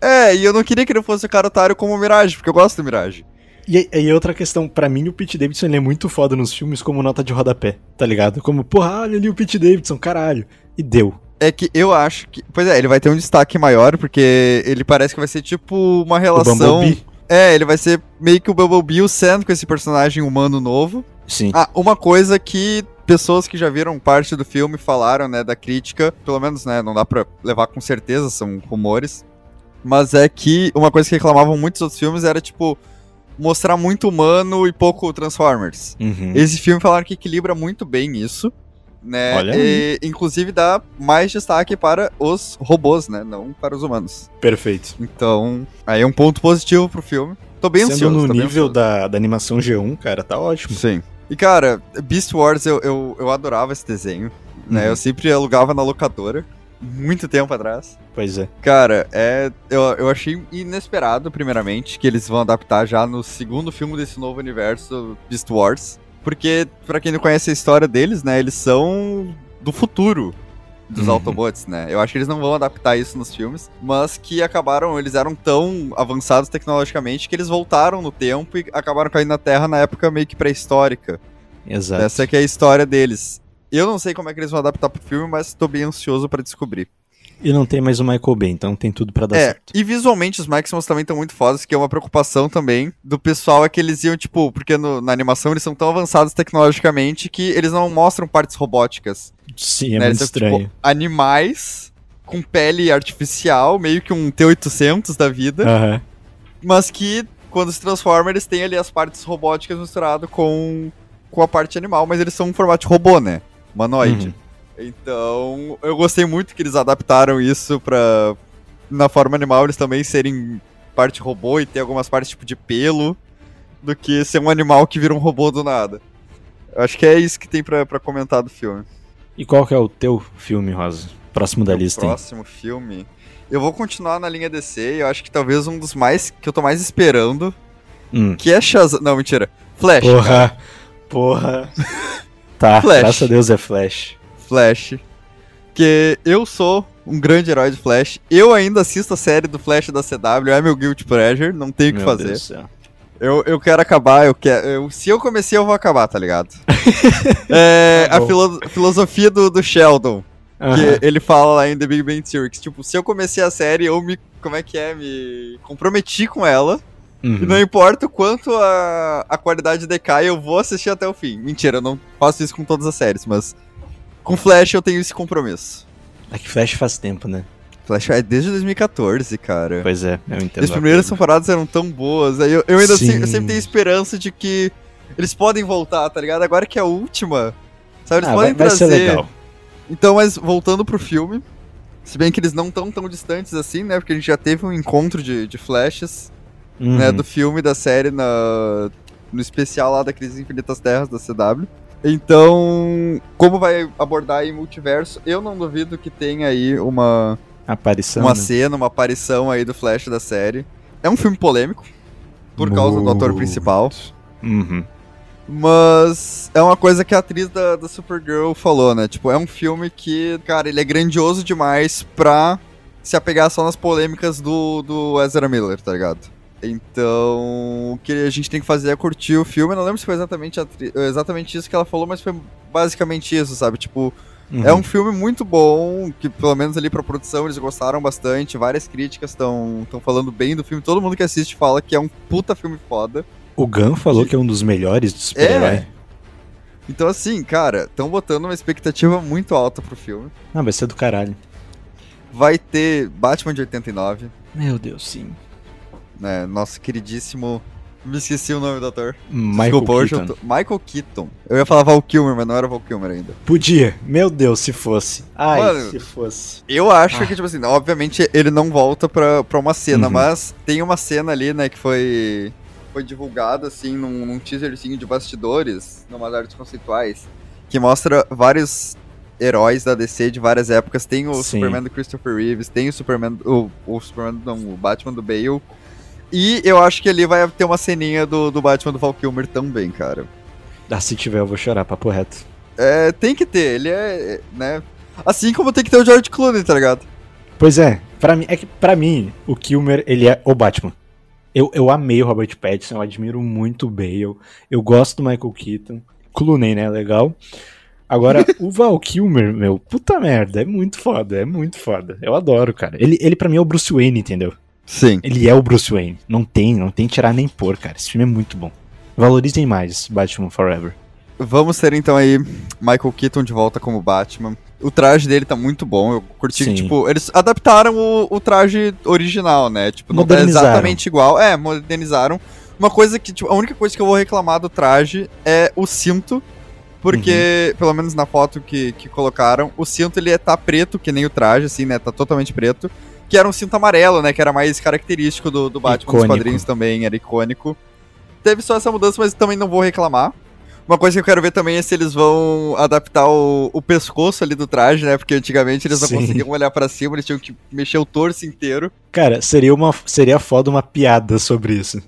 S3: É, e eu não queria que ele fosse o cara otário como o Mirage, porque eu gosto do Mirage.
S2: E aí outra questão, pra mim o Pete Davidson ele é muito foda nos filmes como nota de rodapé, tá ligado? Como, porra, olha ali o Pete Davidson, caralho. E deu.
S3: É que eu acho que. Pois é, ele vai ter um destaque maior, porque ele parece que vai ser tipo uma
S2: O
S3: relação.
S2: Bumblebee.
S3: É, ele vai ser meio que o Bumblebee e o Sam com esse personagem humano novo.
S2: Sim.
S3: Ah, uma coisa que pessoas que já viram parte do filme falaram, né, da crítica, pelo menos, né, não dá pra levar com certeza, são rumores, mas é que uma coisa que reclamavam muitos outros filmes era, tipo, mostrar muito humano e pouco Transformers.
S2: Uhum.
S3: Esse filme falaram que equilibra muito bem isso, né,
S2: Olha
S3: e, inclusive dá mais destaque para os robôs, né, não para os humanos.
S2: Perfeito.
S3: Então, aí é um ponto positivo pro filme. Tô bem
S2: Sendo
S3: ansioso.
S2: no
S3: tô bem
S2: nível
S3: ansioso.
S2: da, da animação G1, cara, tá ótimo.
S3: Sim. E cara, Beast Wars eu, eu, eu adorava esse desenho, né?
S2: Uhum.
S3: Eu sempre alugava na locadora, muito tempo atrás.
S2: Pois é.
S3: Cara, é, eu, eu achei inesperado, primeiramente, que eles vão adaptar já no segundo filme desse novo universo, Beast Wars. Porque, pra quem não conhece a história deles, né, eles são do futuro dos
S2: Uhum.
S3: Autobots, né? Eu acho que eles não vão adaptar isso nos filmes, mas que acabaram, eles eram tão avançados tecnologicamente que eles voltaram no tempo e acabaram caindo na Terra na época meio que pré-histórica.
S2: Exato.
S3: Essa que é a história deles. Eu não sei como é que eles vão adaptar pro filme, mas tô bem ansioso pra descobrir.
S2: E não tem mais o Michael Bay, então tem tudo pra dar
S3: é,
S2: certo.
S3: e visualmente os Maximals também estão muito fodas, que é uma preocupação também do pessoal, é que eles iam, tipo, porque no- na animação eles são tão avançados tecnologicamente que eles não mostram partes robóticas.
S2: Sim, é
S3: né?
S2: muito
S3: Eles são,
S2: estranho.
S3: Tipo, animais com pele artificial, meio que um T-800 da vida,
S2: Aham.
S3: mas que quando se transforma eles têm ali as partes robóticas misturado com, com a parte animal, mas eles são um formato de robô, né? Humanoide.
S2: Uhum.
S3: Então, eu gostei muito que eles adaptaram isso pra. Na forma animal, eles também serem parte robô e ter algumas partes tipo de pelo, do que ser um animal que vira um robô do nada. Eu Acho que é isso que tem pra, pra comentar do filme.
S2: E qual que é o teu filme, Rosa? Próximo da lista, hein?
S3: É Próximo filme. Eu vou continuar na linha DC, eu acho que talvez um dos mais. que eu tô mais esperando,
S2: Hum.
S3: que é Shazam. Não, mentira. Flash. cara.
S2: Porra. Porra. tá,
S3: Flash.
S2: graças a Deus é Flash.
S3: Flash. Que eu sou um grande herói de Flash. Eu ainda assisto a série do Flash da CW, é meu Guilty Pleasure, não tenho o que
S2: Meu
S3: fazer.
S2: Deus do céu.
S3: Eu, eu quero acabar, eu quero. eu- se eu comecei, eu vou acabar, tá ligado? É,
S2: Tá
S3: a
S2: bom.
S3: filo- filosofia do, do Sheldon,
S2: Aham.
S3: que ele fala lá em The Big Bang Theory, que, tipo, se eu comecei a série, eu me. Como é que é? Me comprometi com ela. E
S2: Uhum.
S3: não importa o quanto a, a qualidade decai, eu vou assistir até o fim. Mentira, eu não faço isso com todas as séries, mas. Com Flash eu tenho esse compromisso.
S2: É que Flash faz tempo, né?
S3: Flash é desde 2014, cara.
S2: Pois é, eu entendo.
S3: As
S2: a
S3: primeiras
S2: pena.
S3: temporadas eram tão boas. aí Eu, eu ainda se- eu
S2: Sim.
S3: sempre tenho esperança de que eles podem voltar, tá ligado? Agora que é a última. Sabe, eles
S2: Ah, vai,
S3: podem
S2: vai ser
S3: trazer.
S2: legal.
S3: Então, mas voltando pro filme. Se bem que eles não estão tão distantes assim, né? Porque a gente já teve um encontro de, de flashes,
S2: Uhum.
S3: né? Do filme, da série, na, no especial lá da Crise Infinitas Terras, da CW. Então, como vai abordar aí multiverso, eu não duvido que tenha aí uma,
S2: Aparição.
S3: uma
S2: né?
S3: cena, uma aparição aí do Flash da série. É um filme polêmico, por causa do ator
S2: Muito.
S3: principal.
S2: Uhum.
S3: Mas é uma coisa que a atriz da, da Supergirl falou, né? Tipo, é um filme que, cara, ele é grandioso demais pra se apegar só nas polêmicas do, do Ezra Miller, tá ligado? Então, o que a gente tem que fazer é curtir o filme. Eu não lembro se foi exatamente, a atri- exatamente isso que ela falou, mas foi basicamente isso, sabe? Tipo,
S2: Uhum.
S3: é um filme muito bom, que pelo menos ali pra produção eles gostaram bastante, várias críticas estão falando bem do filme, todo mundo que assiste fala que é um puta filme foda.
S2: O Gun falou que é um dos melhores de super-herói.
S3: É. Então assim, cara, estão botando uma expectativa muito alta pro filme.
S2: Ah, vai ser do caralho.
S3: Vai ter Batman de 89,
S2: Meu Deus, sim.
S3: né, nosso queridíssimo... Me esqueci o nome do ator.
S2: Michael
S3: hoje eu
S2: Keaton.
S3: tô- Michael Keaton. Eu ia falar Val Kilmer, mas não era Val Kilmer ainda.
S2: Podia. Meu Deus, se fosse. Ai,
S3: Mano.
S2: se fosse.
S3: Eu acho
S2: Ah.
S3: que, tipo assim, obviamente ele não volta pra, pra uma cena,
S2: Uhum.
S3: mas tem uma cena ali, né, que foi, foi divulgada, assim, num, num teaserzinho de bastidores, numas artes conceituais, que mostra vários heróis da DC de várias épocas. Tem o
S2: Sim.
S3: Superman do Christopher Reeves, tem o Superman, o, o Superman, não, o Batman do Bale. E eu acho que ali vai ter uma ceninha do, do Batman do Val Kilmer também, cara.
S2: Ah, se tiver, eu vou chorar, papo reto.
S3: É, tem que ter, ele é, é, né? Assim como tem que ter o George Clooney, tá ligado?
S2: Pois é, pra mim, é que pra mim, o Kilmer, ele é o Batman. Eu, eu amei o Robert Pattinson, eu admiro muito o Bale, eu gosto do Michael Keaton, Clooney, né, legal. Agora, o Val Kilmer, meu, puta merda, é muito foda, é muito foda. Eu adoro, cara. Ele, ele pra mim é o Bruce Wayne, entendeu?
S3: Sim.
S2: Ele é o Bruce Wayne. Não tem, não tem tirar nem pôr, cara. Esse filme é muito bom. Valorizem mais Batman Forever.
S3: Vamos ter então aí Michael Keaton de volta como Batman. O traje dele tá muito bom, eu curti. que,
S2: Sim.
S3: Tipo, eles adaptaram o, o traje original, né? Tipo, não tá
S2: Modernizaram.
S3: exatamente igual. É, modernizaram. Uma coisa que, tipo, a única coisa que eu vou reclamar do traje é o cinto. Porque,
S2: Uhum.
S3: pelo menos na foto que, que colocaram, o cinto ele é, tá preto, que nem o traje, assim, né? Tá totalmente preto. Que era um cinto amarelo, né? Que era mais característico do, do Batman dos
S2: Icônico.
S3: quadrinhos também, era icônico. Teve só essa mudança, mas também não vou reclamar. Uma coisa que eu quero ver também é se eles vão adaptar o, o pescoço ali do traje, né? Porque antigamente eles não
S2: Sim.
S3: conseguiam olhar pra cima, eles tinham que mexer o torso inteiro.
S2: Cara, seria, uma, seria foda uma piada sobre isso.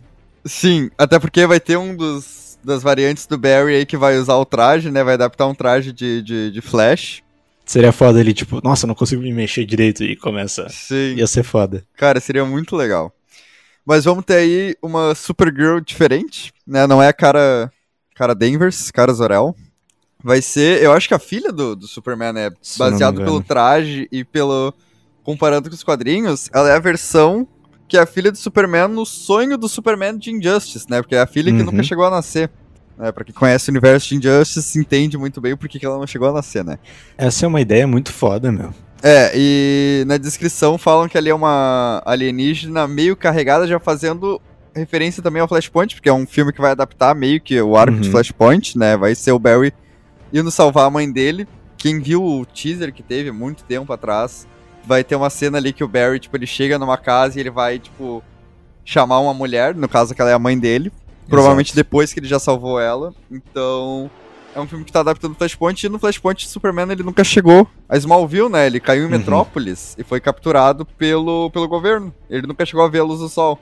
S3: Sim, até porque vai ter um dos das variantes do Barry aí que vai usar o traje, né? Vai adaptar um traje de, de, de Flash.
S2: Seria foda ele, tipo, nossa, não consigo me mexer direito e começa.
S3: Sim.
S2: Ia ser foda.
S3: Cara, seria muito legal. Mas vamos ter aí uma Supergirl diferente, né? Não é a cara, cara Danvers, cara Zorel. Vai ser, eu acho que a filha do, do Superman, né?
S2: Se não me
S3: Baseado pelo
S2: engano.
S3: traje e pelo... Comparando com os quadrinhos, ela é a versão que é a filha do Superman no sonho do Superman de Injustice, né? Porque é a filha que
S2: Uhum.
S3: nunca chegou a nascer. É, pra quem conhece o universo de Injustice, entende muito bem por que que ela não chegou a nascer, né?
S2: Essa é uma ideia muito foda, meu.
S3: É, e na descrição falam que ali é uma alienígena meio carregada, já fazendo referência também ao Flashpoint, porque é um filme que vai adaptar meio que o arco de
S2: Uhum.
S3: Flashpoint, né? Vai ser o Barry indo salvar a mãe dele. Quem viu o teaser que teve muito tempo atrás, vai ter uma cena ali que o Barry, tipo, ele chega numa casa e ele vai, tipo, chamar uma mulher, no caso que ela é a mãe dele, Provavelmente depois que ele já salvou ela. Então, é um filme que tá adaptando o Flashpoint. E no Flashpoint, Superman ele nunca chegou a Smallville, né? Ele caiu em
S2: Uhum.
S3: Metrópolis e foi capturado pelo, pelo governo. Ele nunca chegou a ver a luz do sol.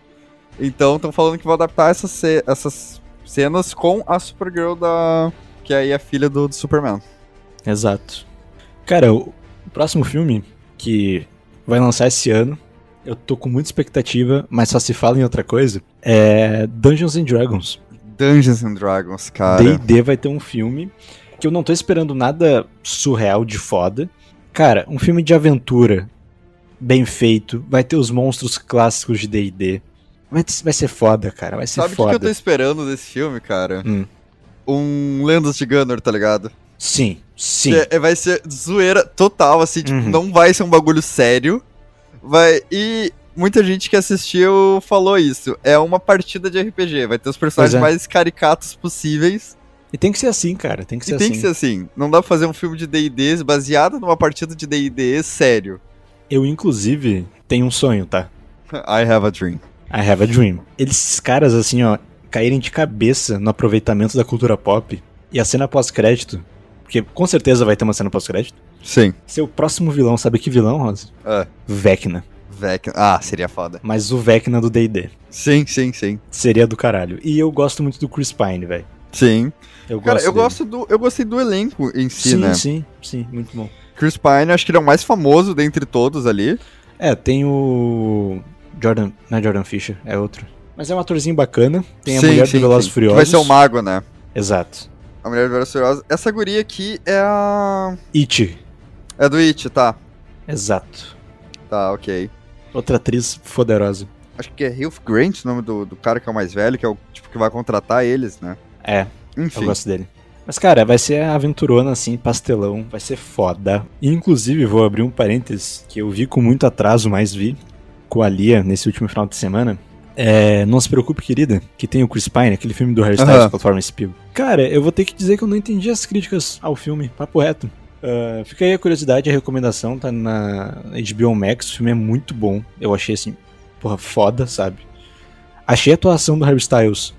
S3: Então, estão falando que vão adaptar essas, ce- essas cenas com a Supergirl da... Que aí é a filha do, do Superman.
S2: Exato. Cara, o o próximo filme que vai lançar esse ano, eu tô com muita expectativa, mas só se fala em outra coisa, é Dungeons and Dragons.
S3: Dungeons and Dragons, cara.
S2: D&D vai ter um filme que eu não tô esperando nada surreal de foda. Cara, um filme de aventura bem feito, vai ter os monstros clássicos de D&D. Vai, t- vai ser foda, cara, vai ser
S3: Sabe o que, que
S2: foda.
S3: eu tô esperando desse filme, cara?
S2: Hum.
S3: Um Lendas de Gunner, tá ligado?
S2: Sim, sim.
S3: É, é, vai ser zoeira total, assim, tipo,
S2: Uhum.
S3: não vai ser um bagulho sério. Vai. E muita gente que assistiu falou isso. É uma partida de RPG, vai ter os
S2: Pois
S3: personagens
S2: é.
S3: mais caricatos possíveis.
S2: E tem que ser assim, cara, tem que
S3: e
S2: ser
S3: tem
S2: assim.
S3: que ser assim. Não dá pra fazer um filme de DD baseado numa partida de DD sério.
S2: Eu, inclusive, tenho um sonho, tá?
S3: I have a dream.
S2: I Have a Dream. Eles caras, assim, ó, caírem de cabeça no aproveitamento da cultura pop e a cena pós-crédito, porque com certeza vai ter uma cena pós-crédito.
S3: Sim.
S2: Seu próximo vilão, sabe que vilão, Rosa?
S3: É.
S2: Vecna.
S3: Vec... Ah, seria foda.
S2: Mas o Vecna do D&D.
S3: Sim, sim, sim.
S2: Seria do caralho. E eu gosto muito do Chris Pine, velho.
S3: Sim.
S2: Eu
S3: Cara,
S2: gosto
S3: eu
S2: dele.
S3: gosto do. Eu gostei do elenco em si,
S2: Sim,
S3: né?
S2: sim, sim. Muito bom.
S3: Chris Pine, acho que ele é o mais famoso dentre todos ali.
S2: É, tem o... Jordan... Não é Jordan Fisher, é outro. Mas é um atorzinho bacana. Tem a
S3: Sim,
S2: mulher
S3: sim,
S2: do Velozes e
S3: sim. Que
S2: Furiosos.
S3: Vai ser o mago, né?
S2: Exato.
S3: A Mulher do Velozes e Furiosos. Essa guria aqui é a.
S2: It.
S3: É do It, tá?
S2: Exato.
S3: Tá, ok.
S2: Outra atriz foderosa.
S3: Acho que é Hugh Grant o nome do, do cara que é o mais velho, que é o tipo que vai contratar eles, né?
S2: É, Eu
S3: Enfim.
S2: gosto dele. Mas, cara, vai ser aventurona, assim, pastelão, vai ser foda. E, inclusive, vou abrir um parênteses que eu vi com muito atraso, mas vi com a Lia nesse último final de semana. É, não se preocupe, querida, que tem o Chris Pine, aquele filme do Harry Styles,
S3: Aham.
S2: plataforma Spiel. Cara, eu vou ter que dizer que eu não entendi as críticas ao filme, papo reto. Ah, fica aí a curiosidade, a recomendação, tá na HBO Max, o filme é muito bom. Eu achei, assim, porra, foda, sabe? Achei a atuação do Harry Styles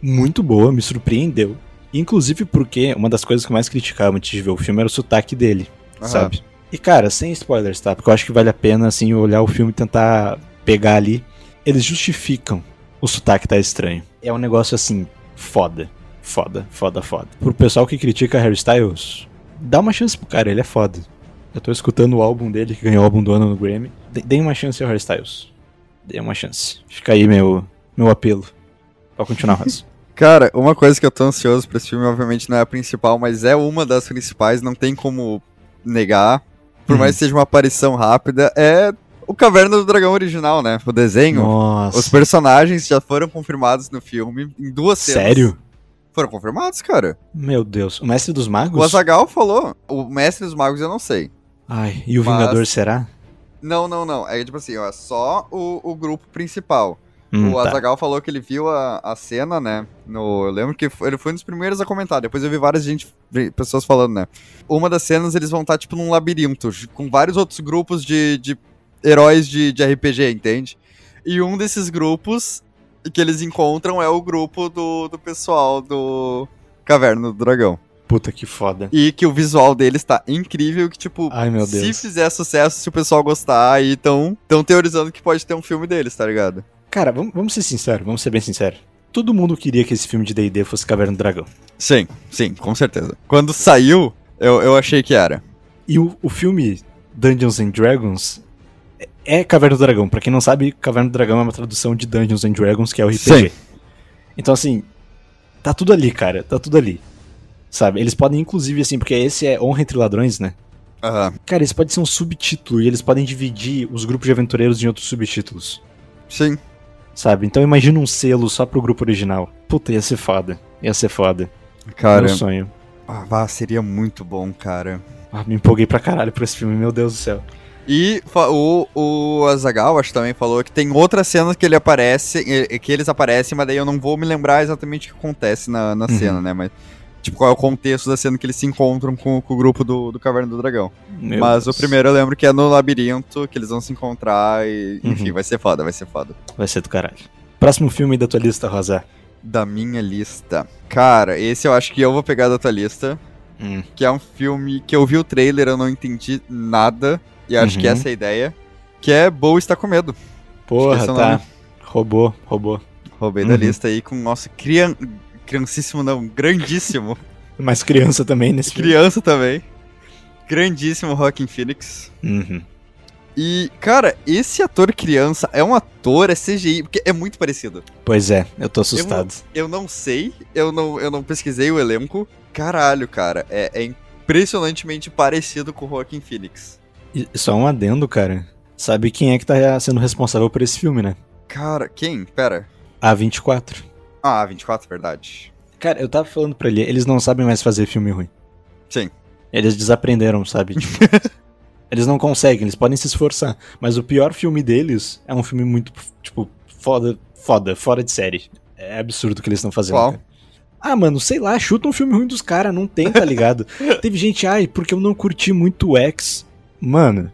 S2: muito boa, me surpreendeu. Inclusive porque uma das coisas que eu mais criticava antes de ver o filme era o sotaque dele,
S3: Aham.
S2: sabe? E cara, sem spoilers, tá? Porque eu acho que vale a pena, assim, olhar o filme e tentar pegar ali. Eles justificam o sotaque tá estranho. É um negócio, assim, foda. Foda, foda, foda. Pro pessoal que critica Harry Styles, dá uma chance pro cara, ele é foda. Eu tô escutando o álbum dele, que ganhou o álbum do ano no Grammy. De- Deem uma chance ao Hairstyles. Deem uma chance. Fica aí meu, meu apelo. Pra continuar, Rosa.
S3: Cara, uma coisa que eu tô ansioso pra esse filme, obviamente não é a principal, mas é uma das principais, não tem como negar. Por
S2: Uhum.
S3: mais que seja uma aparição rápida, é o Caverna do Dragão original, né? O desenho.
S2: Nossa.
S3: Os personagens já foram confirmados no filme em duas cenas.
S2: Sério?
S3: Foram confirmados, cara.
S2: Meu Deus. O Mestre dos Magos?
S3: O Azagal falou. O Mestre dos Magos eu não sei.
S2: Ai, e o
S3: Mas-
S2: Vingador será?
S3: Não, não, não. É tipo assim, ó, é só o, o grupo principal.
S2: Hum,
S3: o
S2: tá.
S3: Azagal falou que ele viu a, a cena, né? No, eu lembro que foi- ele foi um dos primeiros a comentar. Depois eu vi várias gente, vi- pessoas falando, né? Uma das cenas eles vão estar, tipo, num labirinto, ju- com vários outros grupos de, de heróis de, de RPG, entende? E um desses grupos que eles encontram é o grupo do, do pessoal do Caverna do Dragão.
S2: Puta que foda.
S3: E que o visual deles tá incrível, que, tipo,
S2: Ai, meu
S3: se
S2: Deus.
S3: fizer sucesso, se o pessoal gostar, aí estão teorizando que pode ter um filme deles, tá ligado?
S2: Cara, vamos, vamos ser sinceros, vamos ser bem sinceros. Todo mundo queria que esse filme de D&D fosse Caverna do Dragão.
S3: Sim, sim, com certeza. Quando saiu, eu, eu achei que era.
S2: E o, o filme Dungeons and Dragons é, é Caverna do Dragão. Pra quem não sabe, Caverna do Dragão é uma tradução de Dungeons and Dragons, que é o RPG.
S3: Sim.
S2: Então, assim, tá tudo ali, cara. Tá tudo ali. Sabe? Eles podem, inclusive, assim, porque esse é Honra entre Ladrões, né?
S3: Aham,
S2: Cara, esse pode ser um subtítulo e eles podem dividir os grupos de aventureiros em outros subtítulos.
S3: sim.
S2: Sabe? Então imagina um selo só pro grupo original. Puta, ia ser foda. Ia ser foda.
S3: Cara,
S2: Meu sonho.
S3: ah, vá, seria muito bom, cara.
S2: Ah, me empolguei pra caralho por esse filme, meu Deus do céu.
S3: E fa- o, o Azagal, acho que também falou que tem outras cenas que ele aparece, e- e que eles aparecem, mas daí eu não vou me lembrar exatamente o que acontece na, na
S2: Uhum.
S3: cena, né? Mas, tipo, qual é o contexto da cena que eles se encontram com, com o grupo do, do Caverna do Dragão.
S2: Meu
S3: mas
S2: Deus.
S3: o primeiro eu lembro que é no labirinto, que eles vão se encontrar e, enfim,
S2: Uhum.
S3: vai ser foda, vai ser foda.
S2: Vai ser do caralho. Próximo filme da tua lista, Rosa.
S3: da minha lista. Cara, esse eu acho que eu vou pegar da tua lista, que é um filme que eu vi o trailer, eu não entendi nada, e acho
S2: Uhum.
S3: que essa é a ideia, que é Bo está com medo.
S2: Porra,
S3: Esqueci o
S2: tá.
S3: nome.
S2: Roubou, roubou.
S3: Roubei
S2: Uhum.
S3: da lista aí com o nosso crian... criancíssimo, não, grandíssimo,
S2: Mas criança também nesse filme.
S3: criança também, grandíssimo Rockin' Phoenix.
S2: Uhum.
S3: E, cara, esse ator criança é um ator, é CGI, porque é muito parecido.
S2: Pois é, eu tô assustado.
S3: Eu não sei, eu não, eu não pesquisei o elenco. Caralho, cara, é, é impressionantemente parecido com o Joaquim Phoenix.
S2: E só um adendo, cara. Sabe quem é que tá sendo responsável por esse filme, né?
S3: Cara, quem? Pera.
S2: A24.
S3: Ah, 24, verdade.
S2: Cara, eu tava falando pra ele, eles não sabem mais fazer filme ruim.
S3: Sim.
S2: Eles desaprenderam, sabe? Tipo, eles não conseguem, eles podem se esforçar. Mas o pior filme deles é um filme muito, tipo, foda, foda, fora de série. É absurdo o que eles estão fazendo.
S3: Qual?
S2: cara. Ah, mano, sei lá, chuta um filme ruim dos caras, não tem, tá ligado? Teve gente, ai, porque eu não curti muito o X. Mano,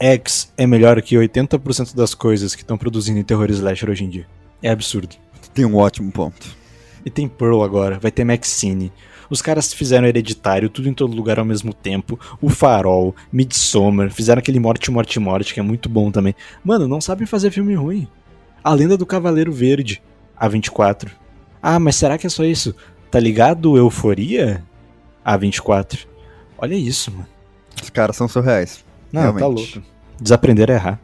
S2: X é melhor que 80% das coisas que estão produzindo em terror slasher hoje em dia. É absurdo.
S3: Tem um ótimo ponto.
S2: E tem Pearl agora, vai ter Maxine. Os caras fizeram Hereditário, tudo em todo lugar ao mesmo tempo. O Farol, Midsommar, fizeram aquele Morte, Morte, Morte, que é muito bom também. Mano, não sabem fazer filme ruim. A Lenda do Cavaleiro Verde, A24. Ah, mas será que é só isso? Tá ligado Euforia? A24. Olha isso, mano.
S3: Os caras são surreais.
S2: Não, tá
S3: Realmente.
S2: louco. Desaprenderam a errar.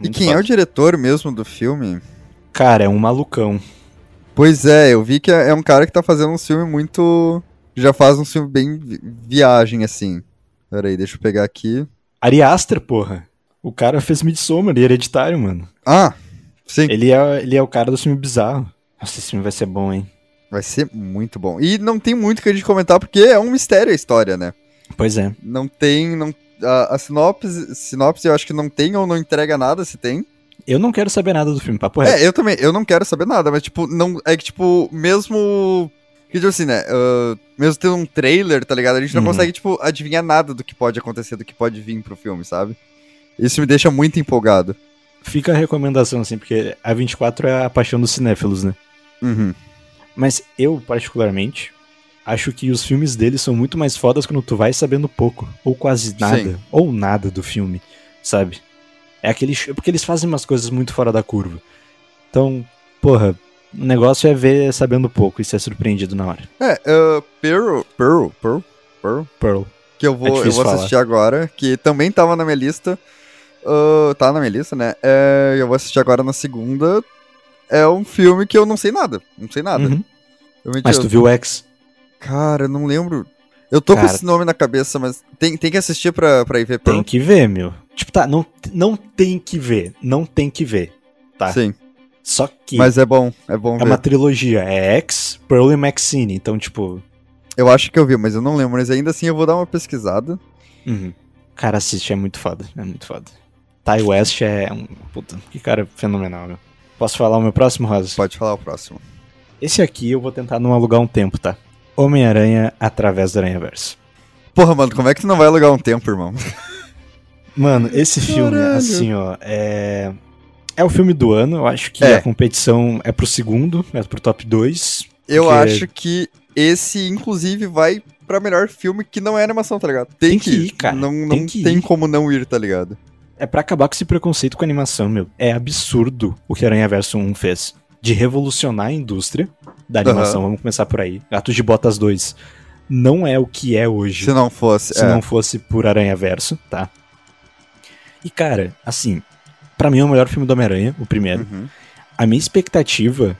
S3: e quem é o diretor mesmo do filme?
S2: Cara, é um malucão.
S3: Pois é, eu vi que é é um cara que tá fazendo um filme muito. Já faz um filme bem vi- viagem, assim. Pera aí, deixa eu pegar aqui.
S2: Ari Aster, porra. O cara fez Midsommar e Hereditário, mano.
S3: Ah! Sim.
S2: Ele é, ele é o cara do filme bizarro. Nossa, esse filme vai ser bom, hein?
S3: Vai ser muito bom. E não tem muito o que a gente comentar, porque é um mistério a história, né?
S2: Pois é.
S3: não tem. Não, a, a sinopse, sinopse eu acho que não tem ou não entrega nada se tem.
S2: Eu não quero saber nada do filme, papo reto.
S3: É, eu também, eu não quero saber nada, mas tipo, não. É que, tipo, mesmo. Que tipo assim, né? ah, mesmo tendo um trailer, tá ligado? A gente não
S2: Uhum.
S3: consegue, tipo, adivinhar nada do que pode acontecer, do que pode vir pro filme, sabe? Isso me deixa muito empolgado.
S2: Fica a recomendação, assim, porque a 24 é a paixão dos cinéfilos, né?
S3: Uhum.
S2: Mas eu, particularmente, acho que os filmes deles são muito mais fodas quando tu vai sabendo pouco, ou quase nada,
S3: Sim.
S2: ou nada do filme, sabe? É aquele. ch- Porque eles fazem umas coisas muito fora da curva. Então, porra, o negócio é ver sabendo pouco e ser surpreendido na é hora.
S3: É, ah, Pearl, Pearl, Pearl, Pearl,
S2: Pearl.
S3: que que eu vou, eu
S2: difícil
S3: vou
S2: falar.
S3: assistir agora, que também tava na minha lista. ah, tá na minha lista, né? É, eu vou assistir agora na segunda. É um filme que eu não sei nada. Não sei nada.
S2: Uhum.
S3: Eu menti,
S2: Mas
S3: eu-
S2: tu viu o X?
S3: Cara, eu não lembro. Eu tô com
S2: Cara.
S3: esse nome na cabeça, mas tem, tem que assistir pra, pra ir ver
S2: Tem
S3: pelo-
S2: que ver, meu. Tipo, tá, não, não tem que ver. Não tem que ver. tá.
S3: Sim,
S2: Só que
S3: mas é bom, é bom
S2: é
S3: ver.
S2: uma trilogia. É X, Pearl e Maxine. Então, tipo.
S3: Eu acho que eu vi, mas eu não lembro. Mas ainda assim eu vou dar uma pesquisada.
S2: uhum. Cara, assiste, é muito foda. É muito foda. Ty West é um. Puta, que cara fenomenal, meu. Posso falar o meu próximo, Rosa?
S3: Pode falar o próximo.
S2: Esse aqui eu vou tentar não alugar um tempo, tá? Homem-Aranha através do Aranhaverso.
S3: Porra, mano, como é que tu não vai alugar um tempo, irmão?
S2: Mano, esse filme,
S3: Caralho.
S2: assim, ó, é. É o filme do ano, eu acho que
S3: É.
S2: a competição é pro segundo, é pro top 2.
S3: Eu
S2: Porque-
S3: acho que esse, inclusive, vai pra melhor filme que não é animação, tá ligado? Tem,
S2: Tem que ir, cara.
S3: Não, não
S2: Tem
S3: tem,
S2: que ir.
S3: como não ir, tá ligado?
S2: É pra acabar com esse preconceito com animação, meu. É absurdo o que Aranha Verso 1 fez. De revolucionar a indústria da
S3: Aham.
S2: animação, vamos começar por aí. Gatos de Botas 2 não é o que é hoje.
S3: Se não fosse.
S2: se
S3: é.
S2: não fosse por Aranha Verso, tá? E cara, assim, pra mim é o melhor filme do Homem-Aranha, o primeiro.
S3: Uhum.
S2: A minha expectativa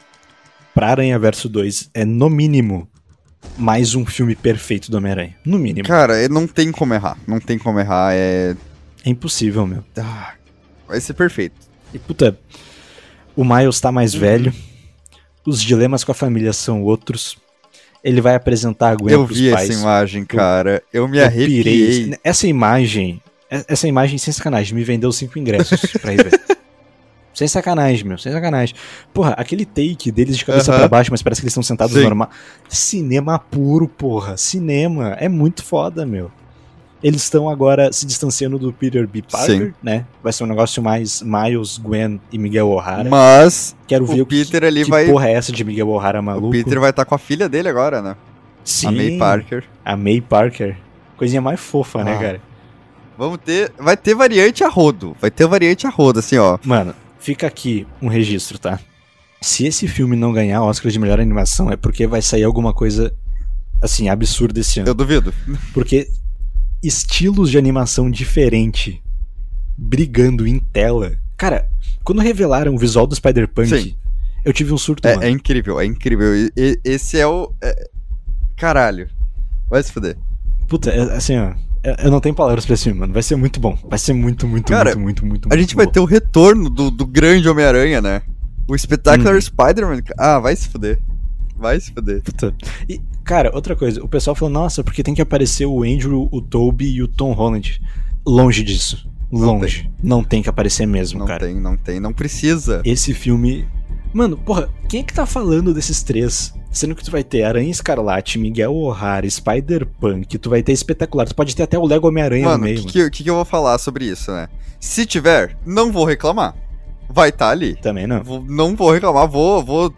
S2: pra Aranha Verso 2 é, no mínimo, mais um filme perfeito do Homem-Aranha. No mínimo.
S3: Cara, é- não tem como errar. Não tem como errar. É.
S2: É impossível, meu.
S3: Ah, vai ser perfeito.
S2: E puta, o Miles tá mais velho, os dilemas com a família são outros. Ele vai apresentar a Gwen
S3: eu
S2: pros
S3: vi
S2: pais.
S3: essa imagem, cara. Eu me arrepiei.
S2: pirei. Essa imagem, essa imagem, sem sacanagem, me vendeu cinco ingressos pra ir ver. Sem sacanagem, meu, sem sacanagem. Porra, aquele take deles de cabeça
S3: Aham.
S2: pra baixo, mas parece que eles estão sentados
S3: Sim.
S2: normal. Cinema puro, porra. Cinema. É muito foda, meu. Eles estão agora se distanciando do Peter B. Parker, né? Vai ser um negócio mais Miles, Gwen e Miguel O'Hara.
S3: Mas
S2: Quero ver
S3: o
S2: o que,
S3: Peter ali
S2: que
S3: vai.
S2: porra é essa de Miguel O'Hara maluco.
S3: O Peter vai estar com a filha dele agora, né?
S2: Sim,
S3: A May Parker.
S2: A May Parker. Coisinha mais fofa, né,
S3: Ah.
S2: cara?
S3: Vamos ter. Vai ter variante a rodo. Vai ter variante a rodo, assim, ó.
S2: Mano, fica aqui um registro, tá? Se esse filme não ganhar Oscar de melhor animação, é porque vai sair alguma coisa, assim, absurda esse ano.
S3: Eu duvido.
S2: Porque estilos de animação diferente brigando em tela. Cara, quando revelaram o visual do Spider-Punk,
S3: Sim.
S2: eu tive um surto, mano.
S3: É, é incrível, é incrível. E- e- esse é o. é- Caralho. Vai se fuder.
S2: Puta, é- assim, ó. eu- Eu não tenho palavras pra esse filme, mano. Vai ser muito bom. Vai ser muito, muito,
S3: Cara,
S2: muito, muito, muito,
S3: A gente vai ter o retorno do, do grande Homem-Aranha, né? O Spectacular
S2: Uhum.
S3: Spider-Man. Ah, vai se fuder. Vai se fuder.
S2: Puta. E, cara, outra coisa, o pessoal falou, nossa, porque tem que aparecer o Andrew, o Toby e o Tom Holland. Longe disso. Longe. Não tem, que aparecer mesmo,
S3: Não
S2: cara.
S3: tem, não tem, não precisa.
S2: Esse filme. Mano, porra, quem é que tá falando desses três? Sendo que tu vai ter Aranha Escarlate, Miguel O'Hara, Spider-Punk, tu vai ter espetacular, tu pode ter até o Lego Homem-Aranha no
S3: Mano, o
S2: meio.
S3: que, que, eu- que que eu vou falar sobre isso, né? Se tiver, não vou reclamar. Vai estar ali.
S2: Também não.
S3: Vou- não vou reclamar, vou, vou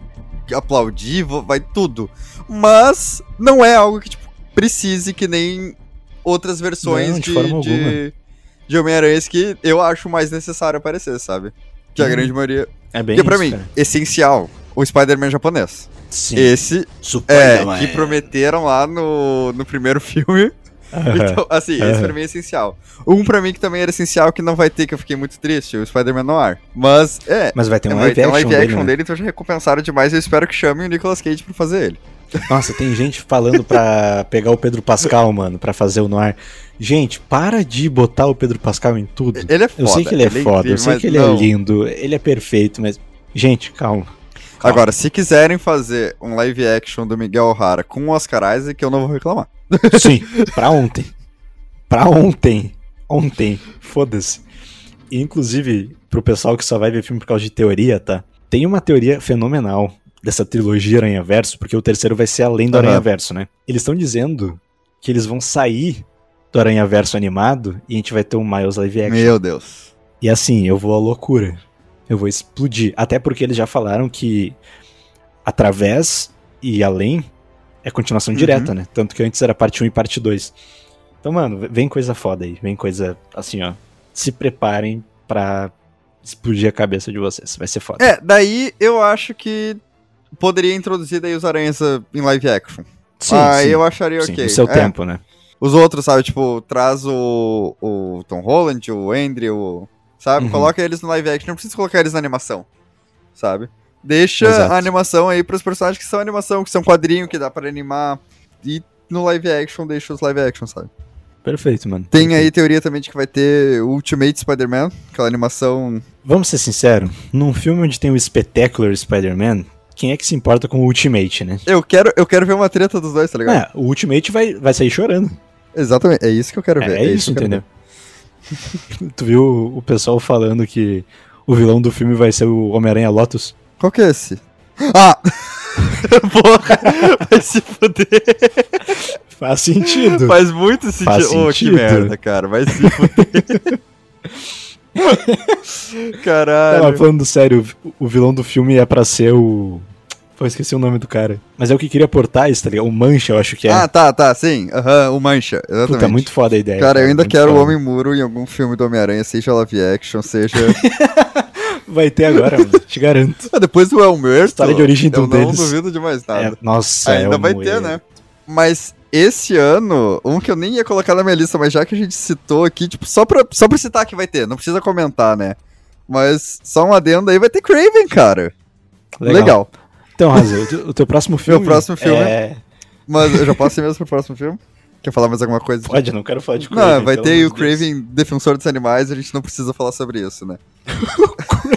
S3: aplaudir, vou- vai tudo. Mas não é algo que, tipo, precise que nem outras versões
S2: Não, de
S3: de,
S2: forma
S3: de-
S2: alguma.
S3: de Homem-Aranhas que eu acho mais necessário aparecer, sabe? Que a
S2: Hum,
S3: grande maioria.
S2: É bem
S3: Porque pra
S2: isso,
S3: mim,
S2: cara.
S3: essencial, o Spider-Man japonês.
S2: Sim.
S3: Esse é,
S2: Spider-Man.
S3: que prometeram lá no, no primeiro filme.
S2: Aham.
S3: Então, assim, esse pra mim é essencial. Um pra mim que também era essencial, que não vai ter, que eu fiquei muito triste, o Spider-Man Noir. Mas, é,
S2: Mas vai ter um
S3: vai
S2: live
S3: ter
S2: action,
S3: um live
S2: dele,
S3: action
S2: né?
S3: dele, então já recompensaram demais. Eu espero que chamem o Nicolas Cage pra fazer ele.
S2: Nossa, tem gente falando pra pegar o Pedro Pascal, mano, pra fazer o Noir. Gente, para de botar o Pedro Pascal em tudo.
S3: Ele é foda.
S2: Eu sei que ele é foda, eu
S3: incrível,
S2: sei
S3: mas
S2: que ele
S3: não.
S2: é lindo, ele é perfeito, mas. Gente, calma. calma.
S3: Agora, se quiserem fazer um live action do Miguel O'Hara com o Oscar Isaac, eu não vou reclamar.
S2: Sim, pra ontem. Pra ontem. Ontem. Foda-se. E, Inclusive, pro pessoal que só vai ver filme por causa de teoria, tá? Tem uma teoria fenomenal dessa trilogia Aranha Verso, porque o terceiro vai ser além do
S3: Aham.
S2: Aranha Verso, né? Eles estão dizendo que eles vão sair do Aranha Verso animado e a gente vai ter um Miles live action.
S3: Meu Deus.
S2: E assim, eu vou à loucura. Eu vou explodir. Até porque eles já falaram que através e além é continuação
S3: Uhum.
S2: direta, né? Tanto que antes era parte 1 e parte 2. Então, mano, vem coisa foda aí. Vem coisa assim, ó. Se preparem pra explodir a cabeça de vocês. Vai ser foda.
S3: É, daí eu acho que poderia introduzir daí os aranhas ah, em live action.
S2: sim,
S3: ah,
S2: sim,
S3: eu acharia
S2: sim.
S3: ok.
S2: No seu
S3: É,
S2: tempo, né?
S3: os outros, sabe? Tipo, traz o, o Tom Holland, o Andrew, sabe?
S2: Uhum.
S3: Coloca eles no live action, não precisa colocar eles na animação, sabe? Deixa
S2: Exato.
S3: a animação aí pros personagens que são animação, que são quadrinho, que dá pra animar. E no live action, deixa os live action, sabe?
S2: Perfeito, mano.
S3: Tem
S2: Perfeito.
S3: aí teoria também de que vai ter Ultimate Spider-Man, aquela animação.
S2: Vamos ser sinceros, num filme onde tem o Spectacular Spider-Man, quem é que se importa com o Ultimate, né?
S3: Eu quero, eu quero ver uma treta dos dois, tá ligado?
S2: É, o Ultimate vai, vai sair chorando.
S3: Exatamente, é isso que eu quero ver.
S2: É, é isso,
S3: que eu quero
S2: entendeu? tu viu o pessoal falando que o vilão do filme vai ser o Homem-Aranha Lotus?
S3: ver. Qual que é esse? Ah! Porra! Vai se fuder!
S2: Faz sentido.
S3: Faz muito sentido.
S2: Faz
S3: Ô, que
S2: sentido.
S3: merda, cara. Vai se
S2: Não,
S3: fuder.
S2: mas
S3: Caralho.
S2: falando sério, o- o vilão do filme é pra ser o. Pô, esqueci o nome do cara. Mas é o que queria portar isso, tá ligado? O Mancha, eu acho que é.
S3: Ah, tá, tá, sim. Aham, o Mancha. Exatamente.
S2: Puta, é muito foda a ideia.
S3: Cara, eu ainda
S2: muito
S3: quero o
S2: foda.
S3: Homem Muro em algum filme do Homem-Aranha, seja live action, seja.
S2: Vai ter agora, mano. Te garanto.
S3: Ah, depois do Elmer.
S2: História de origem de um
S3: Eu não
S2: deles.
S3: duvido de mais nada.
S2: É, nossa, é
S3: Ainda
S2: um-
S3: vai ter, né? Mas esse ano, um que eu nem ia colocar na minha lista, mas já que a gente citou aqui, tipo, só pra, só pra citar que vai ter, não precisa comentar, né? Mas só um adendo aí, vai ter Craven, cara. Legal.
S2: Legal. Então, Razer, o teu- o teu próximo filme.
S3: próximo filme
S2: É...
S3: Mas eu já posso ir mesmo pro próximo filme? Quer falar mais alguma coisa?
S2: Pode, não quero falar de
S3: Não,
S2: Craven, então,
S3: vai
S2: pelo
S3: ter o
S2: amor de Deus.
S3: Craven Defensor dos Animais, a gente não precisa falar sobre isso, né?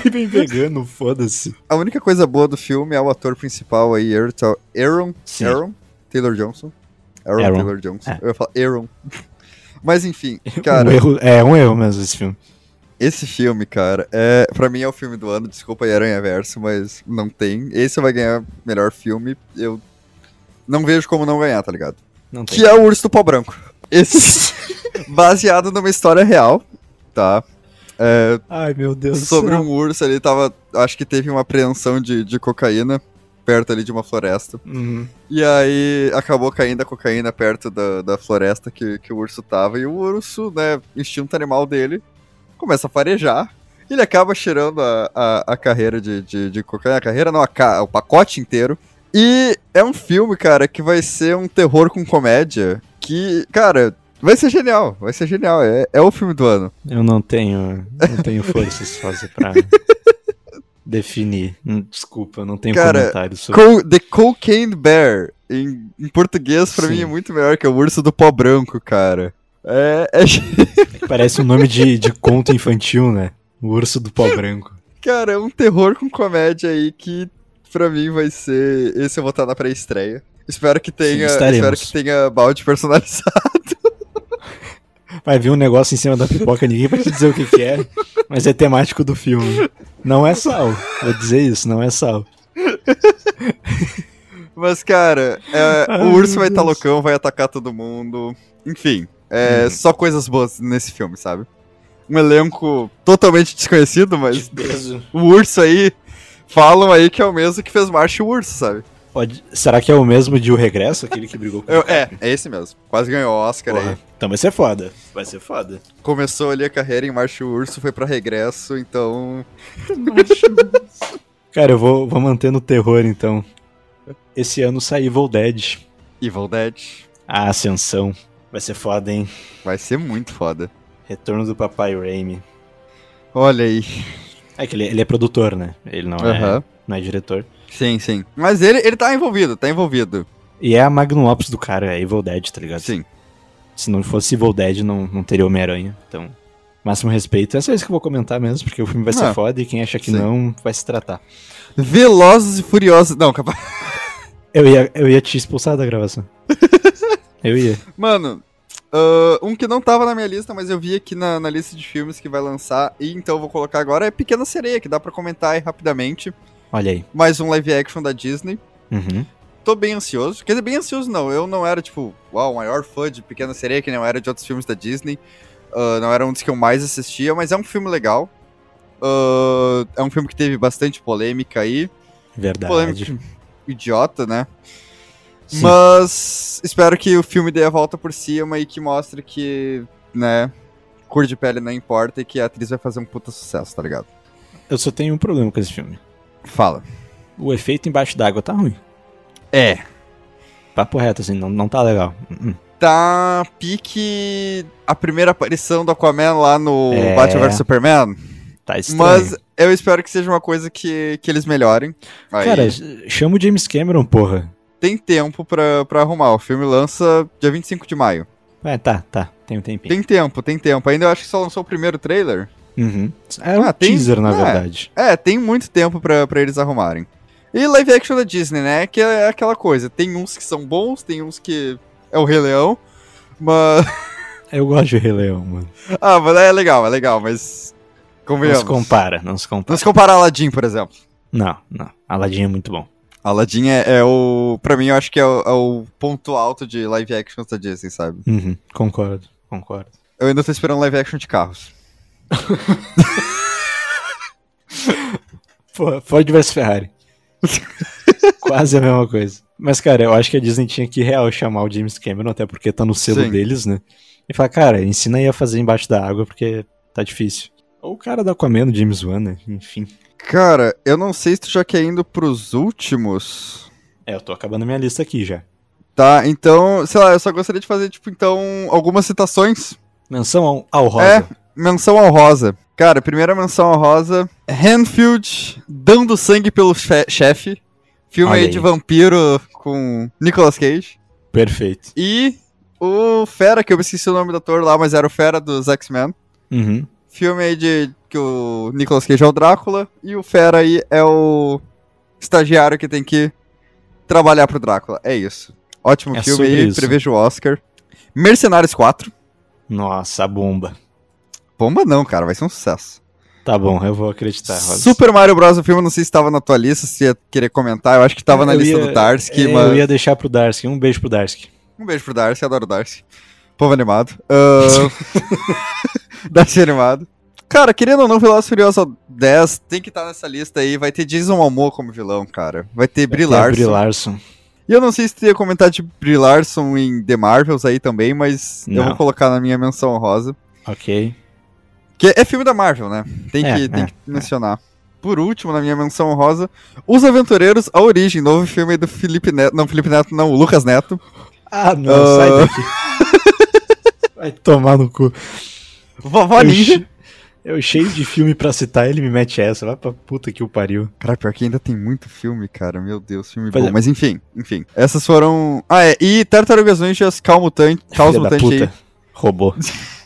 S2: Craven vegano, foda-se.
S3: A única coisa boa do filme é o ator principal aí, Aaron, Ta- Aaron,
S2: Sim.
S3: Aaron Taylor Johnson. Aaron,
S2: Aaron.
S3: Taylor Johnson.
S2: É.
S3: Eu ia falar Aaron. Mas enfim,
S2: Um
S3: cara,
S2: erro, é um erro mesmo esse filme.
S3: Esse filme, cara, é para mim é o filme do ano. Desculpa aí, Aranha Verso, mas não tem. Esse vai ganhar melhor filme. Eu não vejo como não ganhar, tá ligado?
S2: Não
S3: Que é o Urso do Pó Branco. Esse baseado numa história real, tá? É,
S2: Ai, meu Deus. do
S3: sobre
S2: céu.
S3: um urso ali tava, acho que teve uma apreensão de, de cocaína perto ali de uma floresta.
S2: Uhum.
S3: E aí acabou caindo a cocaína perto da, da floresta que, que o urso tava. E o urso, né, instinto animal dele, começa a farejar. Ele acaba cheirando a, a, a carreira de, de, de cocaína. A carreira não, a ca- o pacote inteiro. E é um filme, cara, que vai ser um terror com comédia. Que, cara, vai ser genial. Vai ser genial. É, é o filme do ano.
S2: Eu não tenho, não tenho forças quase pra definir. Hum, Desculpa, eu não tenho
S3: Cara,
S2: comentário sobre.
S3: Co The Cocaine Bear, em, em português, pra
S2: Sim.
S3: mim é muito melhor que o urso do pó branco, cara. É, é
S2: Parece um nome de, de conto infantil, né? O urso do pó branco.
S3: Cara, é um terror com comédia aí que pra mim vai ser. Esse eu vou estar na pré-estreia. Espero que tenha.
S2: estaremos.
S3: espero que tenha balde personalizado.
S2: Vai vir um negócio em cima da pipoca, ninguém vai te dizer o que, que é, mas é temático do filme. Não é sal. Vou dizer isso, não é sal.
S3: Mas, cara, é,
S2: Ai,
S3: o urso
S2: meu
S3: vai estar
S2: Deus.
S3: loucão, vai atacar todo mundo. Enfim, é
S2: Uhum.
S3: só coisas boas nesse filme, sabe? Um elenco totalmente desconhecido, mas o urso aí. Falam aí que é o mesmo que fez Marcha e o Urso, sabe?
S2: Pode- será que é o mesmo de O Regresso, aquele que brigou com
S3: Eu- é, é esse mesmo. Quase ganhou o Oscar aí.
S2: Uhum. Porra, Então vai ser foda. Vai ser foda.
S3: Começou ali a carreira em Marcha e o Urso, foi pra regresso, então
S2: Cara, eu vou, vou manter no terror, então. Esse ano sai Evil Dead.
S3: Evil Dead.
S2: A Ascensão. Vai ser foda, hein?
S3: Vai ser muito foda.
S2: Retorno do Papai Raimi.
S3: Olha aí.
S2: É que ele, ele é produtor, né? Ele não, é,
S3: Aham.
S2: não é diretor.
S3: Sim, sim. Mas ele, ele tá envolvido, tá envolvido.
S2: E é a Magnum Ops do cara, é Evil Dead, tá ligado?
S3: Sim.
S2: Se não fosse Evil Dead, não, não teria Homem-Aranha. Então, máximo respeito. É só isso que eu vou comentar mesmo, porque o filme vai ser
S3: Ah,
S2: foda e quem acha que
S3: sim.
S2: não vai se tratar.
S3: Velozes e Furiosos. Não, capaz.
S2: Eu ia, eu ia te expulsar da gravação. eu ia.
S3: Mano, ah, um que não tava na minha lista, mas eu vi aqui na, na lista de filmes que vai lançar, e então eu vou colocar agora, é Pequena Sereia, que dá pra comentar aí rapidamente.
S2: Olha aí.
S3: Mais um live action da Disney.
S2: Uhum.
S3: Tô bem ansioso. Quer dizer, bem ansioso não. Eu não era, tipo, uau, o maior fã de Pequena Sereia, que não era de outros filmes da Disney. Ah, não era um dos que eu mais assistia, mas é um filme legal. Ah, é um filme que teve bastante polêmica aí.
S2: Verdade.
S3: polêmico idiota, né?
S2: Sim.
S3: Mas espero que o filme dê a volta por cima e que mostre que, né, cor de pele não importa e que a atriz vai fazer um puta sucesso, tá ligado?
S2: Eu só tenho um problema com esse filme.
S3: Fala.
S2: O efeito embaixo d'água tá ruim.
S3: É.
S2: Papo reto, assim, não, não tá legal. Uh-uh.
S3: tá pique a primeira aparição do Aquaman lá no
S2: É.
S3: Batman vs Superman.
S2: Tá estranho.
S3: Mas eu espero que seja uma coisa que, que eles melhorem. Aí
S2: Cara, chama o James Cameron, porra.
S3: tem tempo pra, pra arrumar. O filme lança dia 25 de maio.
S2: É, tá, tá. Tem um tempinho.
S3: Tem tempo, tem tempo. Ainda eu acho que só lançou o primeiro trailer.
S2: Uhum. É um
S3: Ah, tem-
S2: teaser, na
S3: é.
S2: verdade.
S3: É, tem muito tempo pra, pra eles arrumarem. E live action da Disney, né? Que é aquela coisa. Tem uns que são bons, tem uns que é o Rei Leão. Mas.
S2: Eu gosto de Rei Leão, mano.
S3: Ah, mas é legal, é legal, mas.
S2: Não
S3: Convenhamos.
S2: se compara, não se compara.
S3: Não se compara a Aladdin, por exemplo.
S2: Não, não. Aladdin é muito bom.
S3: Aladdin é, é o. Pra mim, eu acho que é o, é o ponto alto de live action da Disney, assim, sabe?
S2: Uhum. Concordo, concordo.
S3: Eu ainda tô esperando live action de carros.
S2: Pô, Ford vs Ferrari. Quase a mesma coisa. Mas, cara, eu acho que a Disney tinha que real chamar o James Cameron, até porque tá no selo
S3: Sim.
S2: deles, né? E falar, cara, ensina aí a fazer embaixo da água, porque tá difícil. Ou o cara da Aquaman, o James Wan, né? Enfim.
S3: Cara, eu não sei se tu já quer indo pros últimos.
S2: É, eu tô acabando minha lista aqui já.
S3: Tá, então, sei lá, eu só gostaria de fazer, tipo, então, algumas citações.
S2: Menção ao, ao Rosa.
S3: É. Menção ao Rosa. Cara, primeira menção ao Rosa. Hanfield dando sangue pelo che- chefe. Filme
S2: Olha
S3: aí
S2: aí.
S3: de vampiro com Nicolas Cage.
S2: Perfeito.
S3: E o Fera, que eu esqueci o nome do ator lá, mas era o Fera dos X-Men.
S2: Uhum.
S3: Filme aí de que o Nicolas Cage é o Drácula. E o Fera aí é o estagiário que tem que trabalhar pro Drácula. É isso. Ótimo
S2: É
S3: filme
S2: sobre
S3: aí,
S2: isso.
S3: prevejo o Oscar. Mercenários 4.
S2: Nossa, a bomba.
S3: Bomba não, cara, vai ser um sucesso.
S2: Tá bom, eu vou acreditar, Rosa.
S3: Super Mario Bros. o filme, não sei se tava na tua lista, se ia querer comentar. Eu acho que tava na
S2: É, Eu
S3: lista
S2: ia-
S3: do Tarski,
S2: É,
S3: mas.
S2: Eu ia deixar pro Darcy. Um beijo pro Darcy.
S3: Um beijo pro Darcy, adoro o Darcy. Povo animado. Ahn, Darcy animado. Cara, querendo ou não, Velozes e Furiosos 10 tem que estar nessa lista aí. Vai ter Jason Momoa como vilão, cara. Vai ter Brie
S2: É,
S3: Larson.
S2: Brie Larson.
S3: E eu não sei se tu ia comentar de Brie Larson em The Marvels aí também, mas eu
S2: Não.
S3: vou colocar na minha menção honrosa.
S2: Ok.
S3: Que é filme da Marvel, né? Tem que,
S2: É,
S3: tem
S2: é,
S3: que mencionar. Por último, na minha menção honrosa, Os Aventureiros, A Origem, novo filme aí do Felipe Neto. Não, Felipe Neto não, o Lucas Neto.
S2: Ah, não,
S3: Ah.
S2: sai daqui. Vai tomar no cu.
S3: Vovó
S2: eu,
S3: Ninja.
S2: che- eu cheio de filme pra citar, ele me mete essa. Vai pra puta que o pariu.
S3: Cara, pior que ainda tem muito filme, cara. Meu Deus, filme
S2: Pois
S3: bom.
S2: é.
S3: Mas enfim, enfim. Essas foram. Ah, é. E Tartarugas Ninjas, Cal Mutante, Caos
S2: Filha da
S3: Mutante aí.
S2: puta. Robô.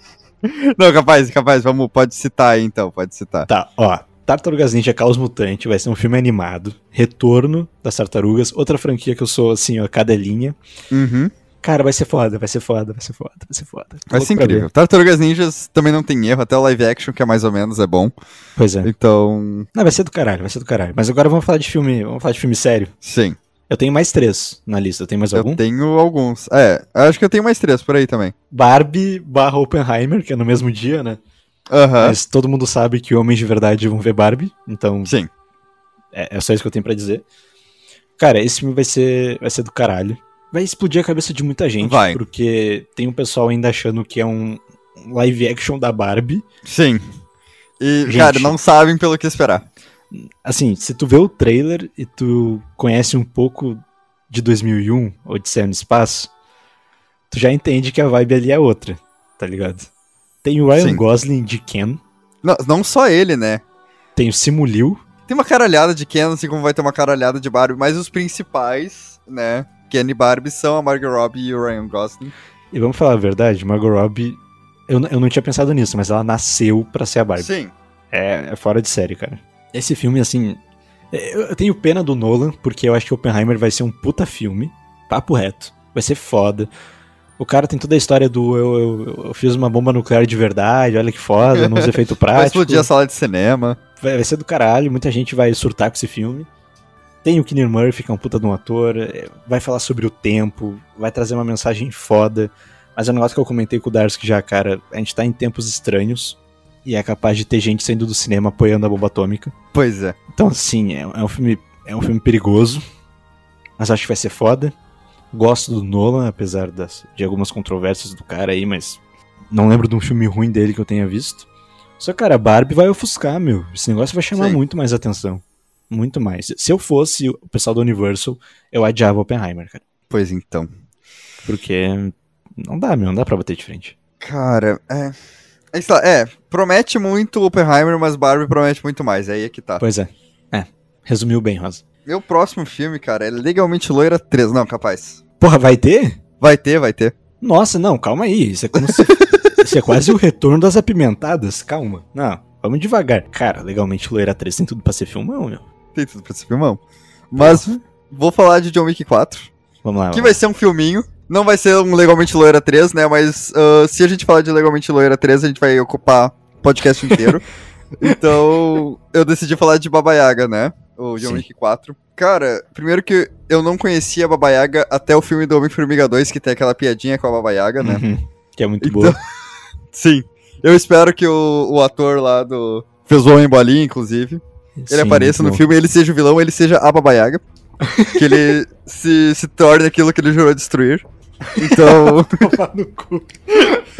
S3: Não, capaz, capaz. Vamos, pode citar aí então, pode citar.
S2: Tá, ó. Tartarugas Ninja Caos Mutante vai ser um filme animado. Retorno das Tartarugas. Outra franquia que eu sou, assim, ó, cadelinha.
S3: Uhum.
S2: Cara, vai ser foda, vai ser foda, vai ser foda, vai ser foda. Tô
S3: Vai ser
S2: louco pra
S3: incrível.
S2: ver.
S3: Tartarugas Ninjas também não tem erro, até o live action, que é mais ou menos, é bom.
S2: Pois é.
S3: Então,
S2: Não, vai ser do caralho, vai ser do caralho. Mas agora vamos falar de filme, vamos falar de filme sério.
S3: sim.
S2: Eu tenho mais três na lista. Tem mais algum?
S3: Eu tenho alguns. É, acho que eu tenho mais três por aí também.
S2: Barbie barra Oppenheimer, que é no mesmo dia, né?
S3: Aham.
S2: Mas todo mundo sabe que homens de verdade vão ver Barbie, então
S3: Sim.
S2: é, é só isso que eu tenho pra dizer. Cara, esse filme vai ser, vai ser do caralho. Vai explodir a cabeça de muita gente,
S3: Vai.
S2: porque tem um pessoal ainda achando que é um um live action da Barbie.
S3: Sim. E,
S2: Gente.
S3: cara, não sabem pelo que esperar.
S2: Assim, se tu vê o trailer e tu conhece um pouco de 2001, Odisseia no Espaço, tu já entende que a vibe ali é outra, tá ligado? Tem o Ryan
S3: Sim.
S2: Gosling de Ken,
S3: Não, não só ele, né?
S2: tem o Simu Liu,
S3: Tem uma caralhada de Ken, assim como vai ter uma caralhada de Barbie, mas os principais, né? Ken e Barbie são a Margot Robbie e o Ryan Gosling.
S2: E vamos falar a verdade, Margot Robbie, eu, n- eu não tinha pensado nisso, mas ela nasceu pra ser a Barbie.
S3: Sim.
S2: É, é fora de série, cara. Esse filme, assim, é, eu, eu tenho pena do Nolan, porque eu acho que Oppenheimer vai ser um puta filme, papo reto, vai ser foda. O cara tem toda a história do eu, eu- eu fiz uma bomba nuclear de verdade, olha que foda, nos efeitos
S3: Vai
S2: práticos.
S3: explodir a sala de cinema.
S2: Vai, vai ser do caralho, muita gente vai surtar com esse filme. Tem o Killian Murphy, que é um puta de um ator, é, vai falar sobre o tempo, vai trazer uma mensagem foda. Mas é um negócio que eu comentei com o Darcy já, cara, a gente tá em tempos estranhos e é capaz de ter gente saindo do cinema apoiando a bomba atômica.
S3: Pois é.
S2: Então, assim, é, é um filme é um filme perigoso, mas acho que vai ser foda. Gosto do Nolan, apesar das, de algumas controvérsias do cara aí, mas não lembro de um filme ruim dele que eu tenha visto. Só, cara, Barbie vai ofuscar, meu. Esse negócio vai chamar
S3: Sim.
S2: muito mais atenção. Muito mais. Se eu fosse o pessoal da Universal, eu adiava Oppenheimer, cara.
S3: Pois então.
S2: Porque Não dá, meu, não dá pra bater de frente.
S3: Cara, é. É, sei lá, é, promete muito Oppenheimer, mas Barbie promete muito mais. Aí é que tá.
S2: Pois é. É. Resumiu bem, Rosa.
S3: Meu próximo filme, cara, é Legalmente Loira 3. Não, capaz.
S2: Porra, vai ter?
S3: Vai ter, vai ter.
S2: Nossa, não, calma aí. Isso é como se. Isso é quase o retorno das apimentadas. Calma. Não, vamos devagar. Cara, legalmente Loira 3 tem tudo pra ser filmão, meu.
S3: Tem tudo pra esse filmão. Mas vou falar de John Wick 4,
S2: Vamos lá.
S3: que
S2: vamos lá.
S3: vai ser um filminho. Não vai ser um Legalmente Loira 3, né? Mas ah, se a gente falar de Legalmente Loira 3, a gente vai ocupar o podcast inteiro. então, eu decidi falar de Baba Yaga, né? O John
S2: Sim.
S3: Wick 4. Cara, primeiro que eu não conhecia Baba Yaga até o filme do Homem-Formiga 2, que tem aquela piadinha com a Baba Yaga, né?
S2: Uhum, Que é muito
S3: Então-
S2: boa.
S3: Sim. Eu espero que o, o ator lá do. Fez o Homem Bolinha, inclusive. Ele apareça no filme, ele seja o vilão, ele seja a Baba Yaga. que ele se, se torne aquilo que ele jurou destruir. Então.
S2: filme.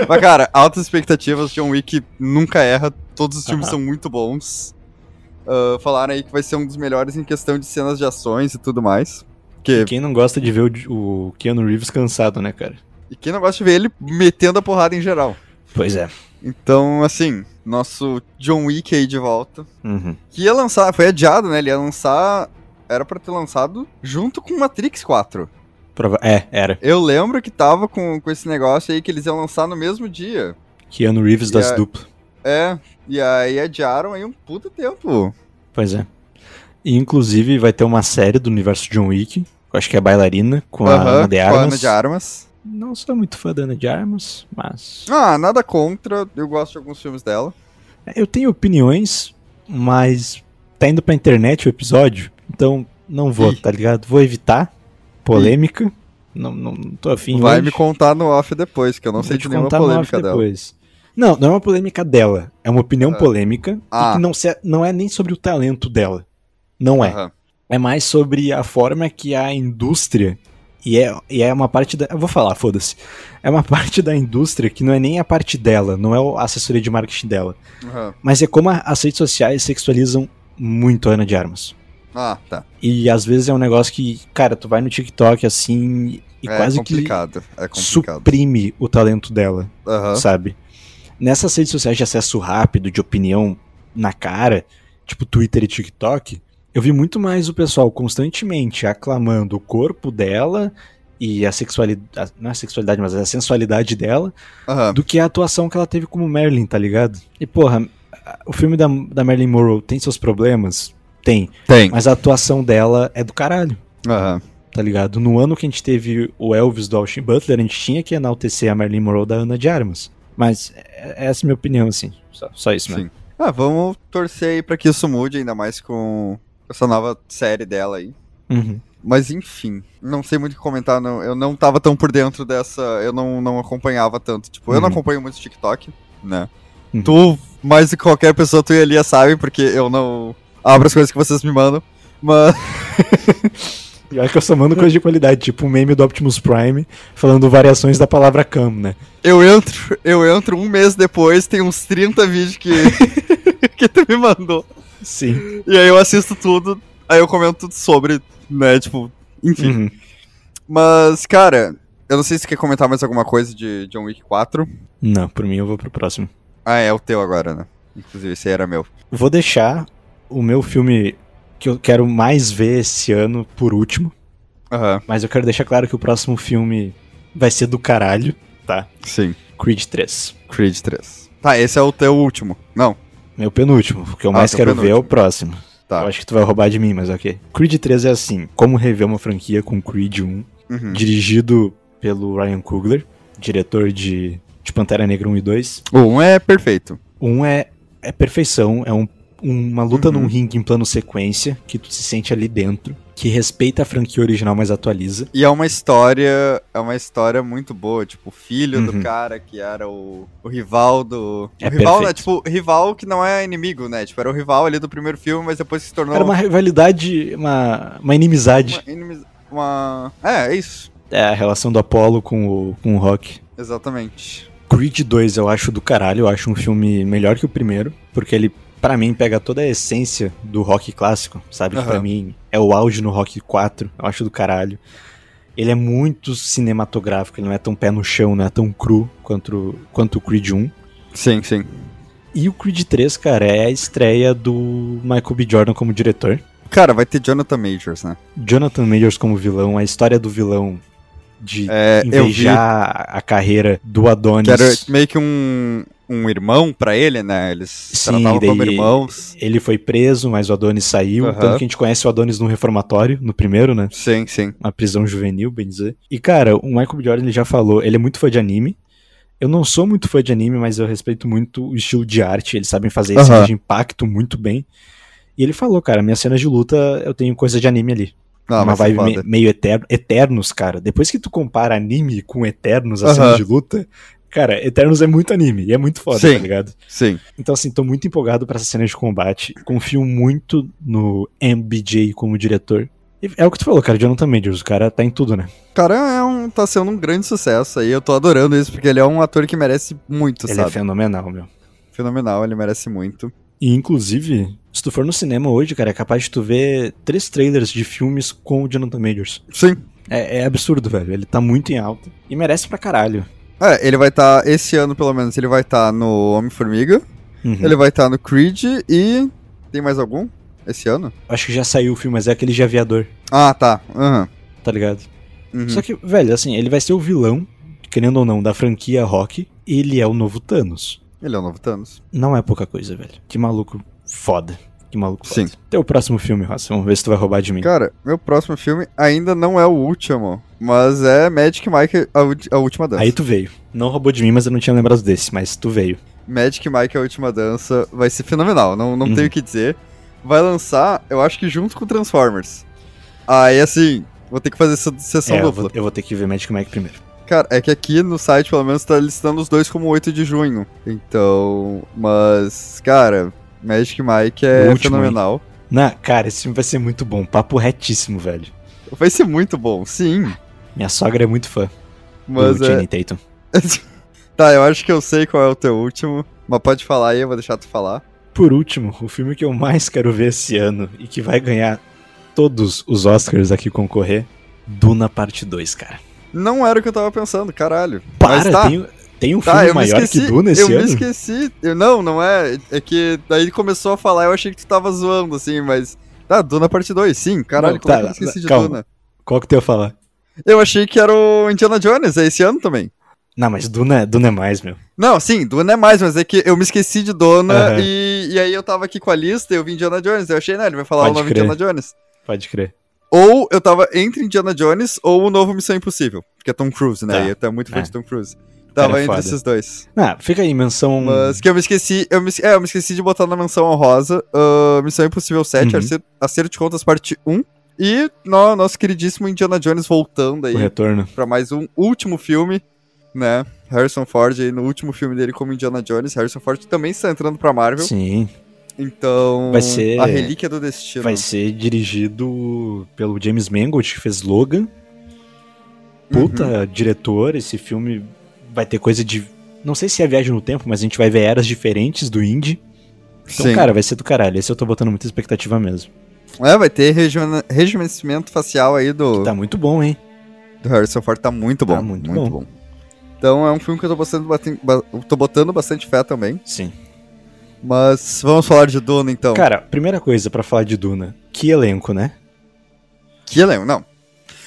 S3: mas, cara, altas expectativas. John Wick nunca erra. Todos os filmes
S2: Aham.
S3: são muito bons. Ah, falaram aí que vai ser um dos melhores em questão de cenas de ações e tudo mais. Que,
S2: Quem não gosta de ver o, o Keanu Reeves cansado, né, cara?
S3: e quem não gosta de ver ele metendo a porrada em geral.
S2: Pois é.
S3: Então, assim, nosso John Wick aí de volta.
S2: Uhum.
S3: que ia lançar, foi adiado, né? Ele ia lançar, era pra ter lançado junto com Matrix 4.
S2: Prova- É, era.
S3: Eu lembro que tava com, com esse negócio aí que eles iam lançar no mesmo dia.
S2: Keanu Reeves das
S3: Yeah.
S2: duplas.
S3: É, e aí adiaram aí um puta tempo.
S2: Pois é. E inclusive vai ter uma série do universo John Wick. Eu acho que é bailarina, com a
S3: Aham,
S2: Ana de
S3: com a
S2: Armas.
S3: Ana de Armas.
S2: Não sou muito fã da Ana de Armas, mas.
S3: Ah, nada contra, eu gosto de alguns filmes dela.
S2: Eu tenho opiniões, mas tá indo pra internet o episódio, então não vou,
S3: Ih.
S2: tá ligado? Vou evitar polêmica. Não, não, não tô afim.
S3: Vai
S2: hoje.
S3: me contar no off depois, que eu não
S2: Vou
S3: sei
S2: te
S3: de nenhuma
S2: contar no
S3: polêmica
S2: off
S3: dela.
S2: Depois. Não, não é uma polêmica dela. É uma opinião
S3: Ah.
S2: polêmica e
S3: Ah.
S2: que não, se- não é nem sobre o talento dela. Não é.
S3: Aham.
S2: É mais sobre a forma que a indústria. E é, e é uma parte da. Eu vou falar, foda-se. É uma parte da indústria que não é nem a parte dela, não é a assessoria de marketing dela.
S3: aham.
S2: Mas é como a- as redes sociais sexualizam muito a Ana de Armas.
S3: Ah, tá.
S2: E às vezes é um negócio que, cara, tu vai no TikTok assim e
S3: é
S2: quase que
S3: complicado, é complicado.
S2: suprime o talento dela,
S3: Aham.
S2: sabe? Nessas redes sociais de acesso rápido, de opinião na cara, tipo Twitter e TikTok, eu vi muito mais o pessoal constantemente aclamando o corpo dela e a sexualidade, não é a sexualidade, mas a sensualidade dela,
S3: Aham.
S2: do que a atuação que ela teve como Merlin, tá ligado? E porra, a- o filme da, da Marilyn Monroe tem seus problemas? Tem.
S3: Tem.
S2: Mas a atuação dela é do caralho,
S3: Aham.
S2: tá ligado? No ano que a gente teve o Elvis do Austin Butler, a gente tinha que enaltecer a Marilyn Monroe da Ana de Armas. Mas é- é essa é a minha opinião, assim. Só, só isso,
S3: Sim.
S2: mano.
S3: Ah, vamos torcer aí pra que isso mude, ainda mais com essa nova série dela aí.
S2: Uhum.
S3: Mas enfim, não sei muito o que comentar, não. eu não tava tão por dentro dessa, eu não, não acompanhava tanto. Tipo, eu não
S2: Uhum.
S3: acompanho muito TikTok, né?
S2: Uhum.
S3: Tu, mais do que qualquer pessoa, tu e a Lia sabem, porque eu não abro as coisas que vocês me mandam. Mas,
S2: E olha que eu só mando coisa de qualidade, tipo um meme do Optimus Prime falando variações da palavra cam, né?
S3: eu entro, eu entro um mês depois, tem uns 30 vídeos que, que tu me mandou.
S2: Sim.
S3: E aí eu assisto tudo, aí eu comento tudo sobre, né? Tipo, enfim.
S2: Uhum.
S3: Mas, cara, eu não sei se você quer comentar mais alguma coisa de John Wick 4.
S2: Não, por mim eu vou pro próximo.
S3: Ah, é o teu agora, né? Inclusive, esse aí era meu.
S2: Vou deixar o meu filme que eu quero mais ver esse ano por último,
S3: Aham,
S2: mas eu quero deixar claro que o próximo filme vai ser do caralho, tá?
S3: sim.
S2: Creed 3.
S3: Creed 3. Tá, esse é o teu último. Não,
S2: Meu penúltimo, o que eu
S3: Ah,
S2: mais
S3: teu
S2: quero ver é o
S3: penúltimo.
S2: próximo.
S3: tá.
S2: Eu acho que tu vai roubar de mim, mas ok. Creed 3 é assim, como rever uma franquia com Creed 1,
S3: Uhum.
S2: dirigido pelo Ryan Coogler, diretor de, de Pantera Negra 1 e 2.
S3: O um é perfeito.
S2: Um é, é perfeição, é um- uma luta
S3: Uhum.
S2: num ringue em plano sequência, que tu se sente ali dentro, que respeita a franquia original, mas atualiza.
S3: E é uma história. É uma história muito boa. Tipo, o filho
S2: Uhum.
S3: do cara que era o, o rival do.
S2: É
S3: o rival,
S2: perfeito.
S3: né? Tipo, rival que não é inimigo, né? Tipo, era o rival ali do primeiro filme, mas depois se tornou
S2: Era uma rivalidade, uma, uma inimizade.
S3: uma inimiz- uma- É, é isso.
S2: É a relação do Apollo com o, com o Rock.
S3: Exatamente.
S2: Creed 2 eu acho do caralho, eu acho um filme melhor que o primeiro, porque ele, pra mim, pega toda a essência do rock clássico, sabe? Que pra
S3: Aham.
S2: mim é o auge no rock 4, eu acho do caralho. Ele é muito cinematográfico, ele não é tão pé no chão, não é tão cru quanto, quanto o Creed 1.
S3: Sim, sim.
S2: E o Creed 3, cara, é a estreia do Michael B. Jordan como diretor.
S3: Cara, vai ter Jonathan Majors, né?
S2: Jonathan Majors como vilão, a história do vilão de
S3: É, eu vi.
S2: invejar a carreira do Adonis.
S3: Que era meio que um, um irmão pra ele, né? Eles
S2: Sim,
S3: tratavam como
S2: daí-
S3: irmãos.
S2: Ele foi preso, mas o Adonis saiu.
S3: Aham.
S2: Tanto que a gente conhece o Adonis no reformatório, no primeiro, né?
S3: Sim, sim.
S2: Uma prisão juvenil, bem dizer. E, cara, o Michael B. Jordan ele já falou, ele é muito fã de anime. Eu não sou muito fã de anime, mas eu respeito muito o estilo de arte. Eles sabem fazer esse
S3: Aham.
S2: de impacto muito bem. E ele falou, cara, minhas cenas de luta, eu tenho coisa de anime ali.
S3: Não,
S2: uma
S3: Ah, mas tá
S2: vibe
S3: foda.
S2: me- meio eterno, Eternos, cara. Depois que tu compara anime com Eternos, as
S3: Aham.
S2: cenas de luta, cara, Eternos é muito anime. E é muito foda,
S3: Sim.
S2: tá ligado?
S3: Sim.
S2: Então, assim, tô muito empolgado pra essa cena de combate. Confio muito no MBJ como diretor. E É o que tu falou, cara, Jonathan Majors, o cara tá em tudo, né?
S3: Cara, é um, tá sendo um grande sucesso aí. Eu tô adorando isso, porque ele é um ator que merece muito,
S2: Ele é
S3: sabe?
S2: fenomenal, meu.
S3: Fenomenal, ele merece muito.
S2: E, inclusive, se tu for no cinema hoje, cara, é capaz de tu ver três trailers de filmes com o Jonathan Majors.
S3: Sim.
S2: É, é absurdo, velho. Ele tá muito em alta e merece pra caralho.
S3: É, ele vai estar, tá, esse ano pelo menos, ele vai estar no Homem-Formiga,
S2: Uhum.
S3: ele vai estar no Creed e. Tem mais algum? Esse ano?
S2: Acho que já saiu o filme, mas é aquele de aviador,
S3: Ah, tá. Aham.
S2: tá ligado?
S3: Uhum.
S2: Só que, velho, assim, ele vai ser o vilão, querendo ou não, da franquia Rock. Ele é o novo Thanos.
S3: Ele é o novo Thanos.
S2: Não é pouca coisa, velho. Que maluco foda. Que maluco
S3: Sim.
S2: foda. Teu próximo filme, Ross. Vamos ver se tu vai roubar de mim.
S3: Cara, meu próximo filme ainda não é o último, mas é Magic Mike a, Ulti- a última dança.
S2: Aí tu veio. Não roubou de mim, mas eu não tinha lembrado desse. Mas tu veio.
S3: Magic Mike a última dança vai ser fenomenal, não, não
S2: Uhum.
S3: tenho o que dizer. Vai lançar, eu acho que junto com Transformers. Aí assim, vou ter que fazer essa sessão
S2: É, eu,
S3: dupla.
S2: vou, eu vou ter que ver Magic Mike primeiro.
S3: Cara, é que aqui no site, pelo menos, tá listando os dois como 8 de junho. Então. Mas, cara, Magic Mike é
S2: O último,
S3: fenomenal.
S2: Na, cara, esse filme vai ser muito bom. Papo retíssimo, velho.
S3: Vai ser muito bom, sim.
S2: Minha sogra é muito fã
S3: Mas
S2: do
S3: é.
S2: Channing Tatum.
S3: tá, eu acho que eu sei qual é o teu último. Mas pode falar aí, eu vou deixar tu falar.
S2: Por último, o filme que eu mais quero ver esse ano e que vai ganhar todos os Oscars aqui concorrer, Duna Parte 2, cara.
S3: Não era o que eu tava pensando, caralho.
S2: Para,
S3: mas tá.
S2: tem, tem um
S3: Tá,
S2: filme
S3: eu me
S2: maior
S3: esqueci.
S2: que Duna esse
S3: eu
S2: ano?
S3: me esqueci. Eu, não, não é. É que daí começou a falar, eu achei que tu tava zoando, assim, mas. Tá, Duna parte 2, sim, caralho,
S2: Não,
S3: como é
S2: tá,
S3: que eu esqueci de
S2: calma.
S3: Duna?
S2: Qual que tu ia falar?
S3: Eu achei que era o Indiana Jones, é esse ano também.
S2: Não, mas Duna, Duna é mais, meu.
S3: Não, sim, Duna é mais, mas é que eu me esqueci de Dona
S2: Aham.
S3: e, e aí eu tava aqui com a lista e eu vi Indiana Jones. Eu achei, né, ele vai falar
S2: Pode
S3: o nome
S2: crer.
S3: Indiana Jones.
S2: Pode crer.
S3: Ou eu tava entre Indiana Jones ou o novo Missão Impossível, porque é Tom Cruise, né?
S2: Tá.
S3: E eu tô muito fã
S2: É.
S3: de Tom Cruise.
S2: cara
S3: Tava
S2: é
S3: entre
S2: foda.
S3: esses dois.
S2: Ah, fica aí, menção.
S3: Mas que eu me esqueci, eu me, es- é, eu me esqueci de botar na menção honrosa ah, Missão Impossível 7,
S2: Uhum.
S3: Acer- Acerto de Contas, parte 1. E no, nosso queridíssimo Indiana Jones voltando aí
S2: O retorno.
S3: Pra mais um último filme, né? Harrison Ford aí no último filme dele como Indiana Jones, Harrison Ford também está entrando pra Marvel.
S2: Sim.
S3: Então,
S2: Vai ser-
S3: a relíquia do destino.
S2: Vai ser dirigido pelo James Mangold, que fez Logan. Puta
S3: Uhum.
S2: diretor, esse filme vai ter coisa de. Não sei se é viagem no tempo, mas a gente vai ver eras diferentes do indie. Então,
S3: Sim.
S2: cara, vai ser do caralho. Esse eu tô botando muita expectativa mesmo.
S3: É, vai ter regimena- rejuvenescimento facial aí do,
S2: Tá muito bom, hein?
S3: do Harrison Ford, tá muito bom,
S2: Tá muito
S3: muito, bom. Então é um filme que eu tô botando, baten- ba- tô botando bastante fé também.
S2: Sim.
S3: Mas vamos falar de Duna então.
S2: Cara, primeira coisa pra falar de Duna. Que elenco, né?
S3: Que elenco, não.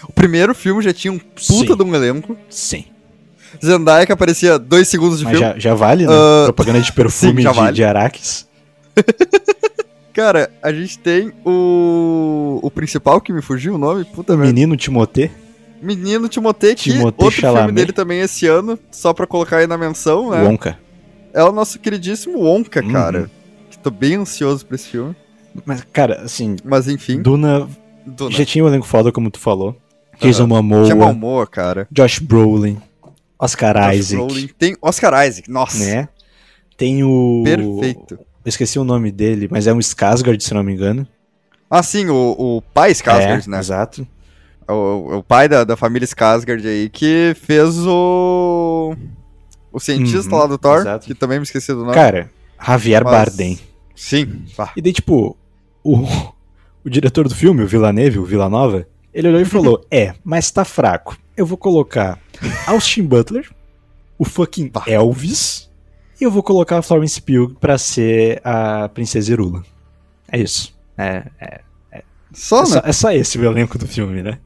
S3: O primeiro filme já tinha um puta
S2: Sim.
S3: de um elenco.
S2: Sim.
S3: Zendaya que aparecia dois segundos de
S2: Mas
S3: filme.
S2: já, já vale, né?
S3: Ah,
S2: Propaganda de perfume
S3: sim, já
S2: de,
S3: vale.
S2: de Araques.
S3: Cara, a gente tem o. O principal que me fugiu o nome, puta merda.
S2: Menino Timotê.
S3: Menino Timotei, que
S2: Timothée
S3: outro
S2: Chalamet.
S3: filme dele também esse ano, só pra colocar aí na menção, né?
S2: Wonka.
S3: É o nosso queridíssimo Wonka,
S2: Uhum.
S3: cara. Que tô bem ansioso pra esse filme.
S2: Mas, cara, assim,
S3: Mas enfim,
S2: Duna
S3: do
S2: já tinha um elenco foda, como tu falou. Jason
S3: Tinha
S2: Momoa,
S3: Malmoa, cara.
S2: Josh Brolin, Oscar
S3: Josh
S2: Isaac,
S3: Brolin. Tem Oscar Isaac, nossa.
S2: né? Tem o...
S3: Perfeito.
S2: Eu esqueci o nome dele, mas é um Skarsgård, se não me engano.
S3: Ah, sim, o, o pai Skarsgård,
S2: é,
S3: né?
S2: Exato.
S3: O- O, o pai da, da família Skarsgård aí, que fez o... O cientista
S2: Uhum,
S3: lá do Thor,
S2: exato.
S3: que também me esqueci do nome.
S2: Cara, Javier
S3: Mas-
S2: Bardem.
S3: Sim, vá.
S2: E daí, tipo, o, o diretor do filme, o Villaneve, o Villanova, Ele olhou e falou: É, mas tá fraco. Eu vou colocar Austin Butler, o fucking Elvis, e eu vou colocar a Florence Pugh pra ser a Princesa Irula. É isso. É,
S3: Só,
S2: é
S3: né?
S2: só, é só esse o elenco do filme, né?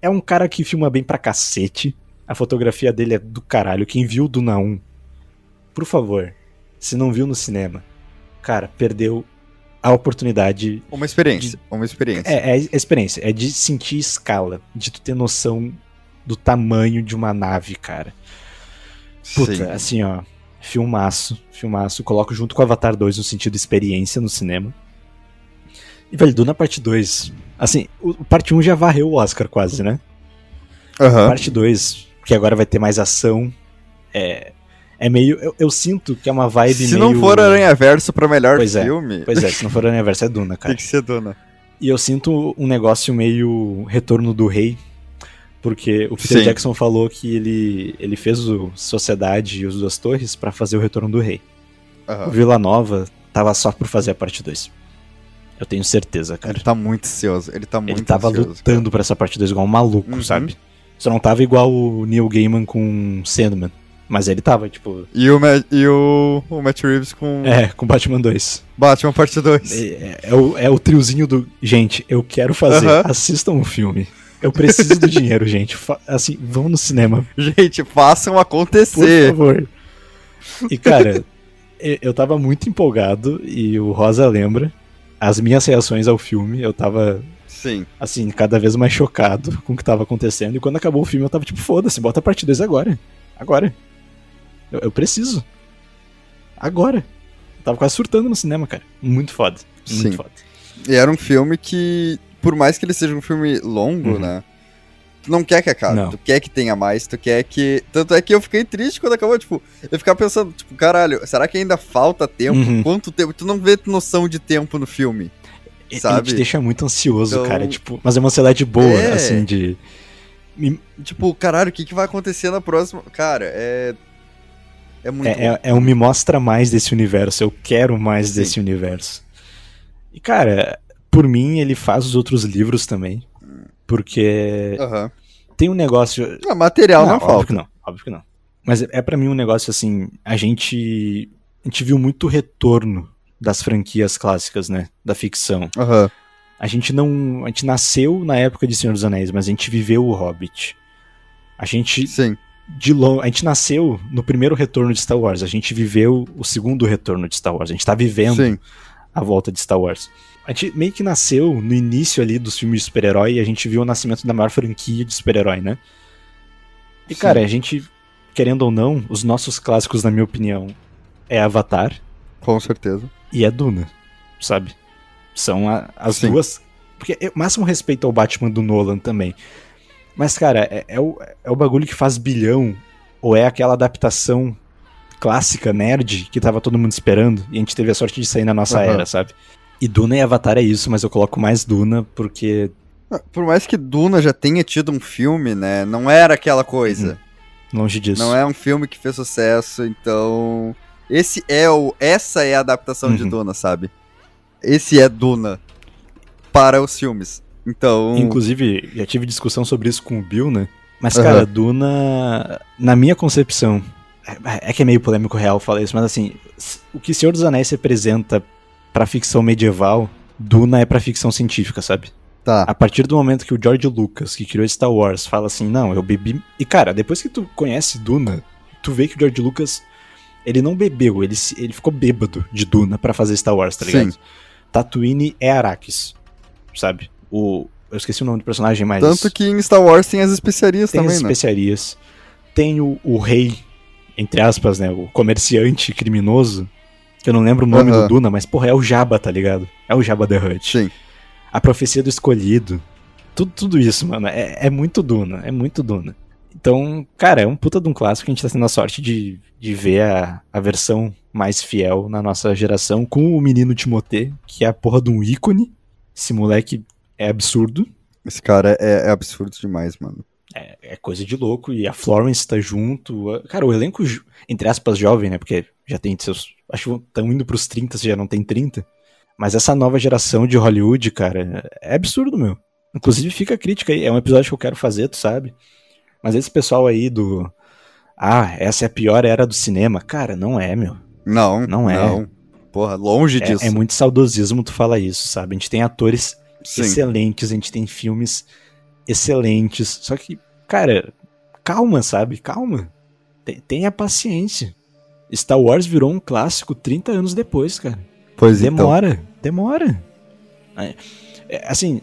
S2: É um cara que filma bem pra cacete. A fotografia dele é do caralho. Quem viu o Duna 1, por favor, se não viu no cinema, cara, perdeu a oportunidade
S3: Uma experiência. Uma experiência.
S2: é, é a experiência, é de sentir escala, de tu ter noção do tamanho de uma nave, cara. Puta,
S3: Sim.
S2: assim, ó, filmaço, filmaço, coloco junto com Avatar 2 no sentido experiência no cinema. E, velho, Duna parte 2, assim, o, o parte 1 já varreu o Oscar quase, né?
S3: Aham.
S2: Parte 2, que agora vai ter mais ação, é, é meio, eu, eu sinto que é uma vibe
S3: Se
S2: meio...
S3: não for Aranha Verso pra melhor
S2: Pois é.
S3: filme,
S2: Pois é, se não for aniversário é Duna, cara.
S3: tem que né? ser Duna.
S2: E eu sinto um negócio meio retorno do rei, porque o Peter
S3: Sim.
S2: Jackson falou que ele, ele fez o Sociedade e os Duas Torres pra fazer o retorno do rei.
S3: Aham.
S2: O Vila Nova tava só por fazer a parte 2. Eu tenho certeza, cara.
S3: Ele tá muito ansioso. Ele tá muito
S2: Ele tava
S3: ansioso.
S2: lutando pra essa parte 2 igual um maluco,
S3: Uhum.
S2: sabe? Só não tava igual o Neil Gaiman com Sandman. Mas ele tava, tipo,
S3: E, o, Ma- e o, o Matt Reeves com
S2: é, com Batman 2.
S3: Batman Parte 2.
S2: É, é o, é o triozinho do. Gente, eu quero fazer.
S3: Aham.
S2: Assistam um filme. Eu preciso do dinheiro, gente. Fa- assim, vão no cinema,
S3: Gente, façam
S2: por
S3: acontecer.
S2: favor. E, cara, e- eu tava muito empolgado e o Rosa lembra as minhas reações ao filme. Eu tava,
S3: Sim.
S2: assim, cada vez mais chocado com o que tava acontecendo. E quando acabou o filme, eu tava tipo, foda-se, bota a parte 2 agora. Agora. Eu, eu preciso. Agora. Eu tava quase surtando no cinema, cara. Muito foda. Muito
S3: Sim.
S2: foda.
S3: E era um filme que, por mais que ele seja um filme longo,
S2: Uhum.
S3: né? Tu não quer que acabe,
S2: Não.
S3: tu quer que tenha mais, tu quer que. Tanto é que eu fiquei triste quando acabou, tipo, eu ficava pensando, tipo, caralho, será que ainda falta tempo?
S2: Uhum.
S3: Quanto tempo? Tu não vê noção de tempo no filme.
S2: Ele
S3: sabe?
S2: te deixa muito ansioso,
S3: Então-
S2: cara. Tipo, mas é uma ansiedade boa,
S3: É.
S2: assim, de.
S3: Tipo, caralho, o que, que vai acontecer na próxima. Cara, é. É muito.
S2: É, é, é um me mostra mais desse universo. Eu quero mais
S3: Sim.
S2: desse universo. E, cara, por mim, ele faz os outros livros também. Porque
S3: Aham.
S2: tem um negócio.
S3: Ah, material não,
S2: óbvio
S3: falta.
S2: que não, óbvio que não. Mas é pra mim um negócio assim. A gente. A gente viu muito retorno das franquias clássicas, né? Da ficção.
S3: Aham.
S2: A gente não. A gente nasceu na época de Senhor dos Anéis, mas a gente viveu o Hobbit. A gente
S3: Sim.
S2: de longe. A gente nasceu no primeiro retorno de Star Wars. A gente viveu o segundo retorno de Star Wars. A gente tá vivendo
S3: Sim.
S2: a volta de Star Wars. A gente meio que nasceu no início ali dos filmes de super-herói e a gente viu o nascimento da maior franquia de super-herói, né? E,
S3: Sim.
S2: cara, a gente, querendo ou não, os nossos clássicos, na minha opinião, é Avatar
S3: Com certeza.
S2: e é Duna, sabe? São a- as
S3: Sim.
S2: duas. Porque é o máximo respeito ao Batman do Nolan também. Mas, cara, é, é o, é o bagulho que faz bilhão, ou é aquela adaptação clássica, nerd, que tava todo mundo esperando, e a gente teve a sorte de sair na nossa
S3: Aham.
S2: era, sabe? E Duna e Avatar é isso, mas eu coloco mais Duna, porque.
S3: Ah, Por mais que Duna já tenha tido um filme, né? Não era aquela
S2: Uhum,
S3: coisa.
S2: Longe disso.
S3: Não é um filme que fez sucesso, então. Esse é o. Essa é a adaptação de
S2: Uhum.
S3: Duna, sabe? Esse é Duna. Para os filmes. Então.
S2: Inclusive, já tive discussão sobre isso com o Bill, né? Mas,
S3: Aham.
S2: cara, Duna, na minha concepção, é, é que é meio polêmico real falar isso, mas assim, s- o que Senhor dos Anéis representa pra ficção medieval, Duna é pra ficção científica, sabe?
S3: Tá.
S2: A partir do momento que o George Lucas, que criou Star Wars, fala assim, não, eu bebi... E, cara, depois que tu conhece Duna, tu vê que o George Lucas, ele não bebeu, ele, se- ele ficou bêbado de Duna pra fazer Star Wars, tá
S3: Sim.
S2: ligado? Tatooine é Araques, sabe? O... Eu esqueci o nome do personagem, mas
S3: Tanto que em Star Wars tem as especiarias
S2: tem
S3: também,
S2: as
S3: né?
S2: especiarias, tem o, o rei, entre aspas, né, o comerciante criminoso, que eu não lembro o nome
S3: Aham.
S2: do Duna, mas, porra, é o Jabba, tá ligado? É o Jabba the Hutt.
S3: Sim.
S2: A Profecia do Escolhido. Tudo, tudo isso, mano. É, é muito Duna. É muito Duna. Então, cara, é um puta de um clássico que a gente tá tendo a sorte de, de ver a, a versão mais fiel na nossa geração com o menino Timothée, que é a porra de um ícone. Esse moleque é absurdo.
S3: Esse cara é, é absurdo demais, mano.
S2: É, é coisa de louco. E a Florence tá junto. a- Cara, o elenco, jo- entre aspas, jovem, né? Porque já tem seus. Acho que estão indo pros 30, se já não tem 30. Mas essa nova geração de Hollywood, cara, é absurdo, meu. Inclusive, fica a crítica aí. É um episódio que eu quero fazer, tu sabe? Mas esse pessoal aí do. Ah, essa é a pior era do cinema. Cara, não é, meu.
S3: Não,
S2: Não é.
S3: Porra, longe disso.
S2: É, é muito saudosismo tu falar isso, sabe? A gente tem atores
S3: Sim.
S2: excelentes, a gente tem filmes excelentes. Só que, cara, calma, sabe? Calma. Te- Tenha paciência. Star Wars virou um clássico 30 anos depois, cara.
S3: Pois então.
S2: Demora, demora. É, é, Assim,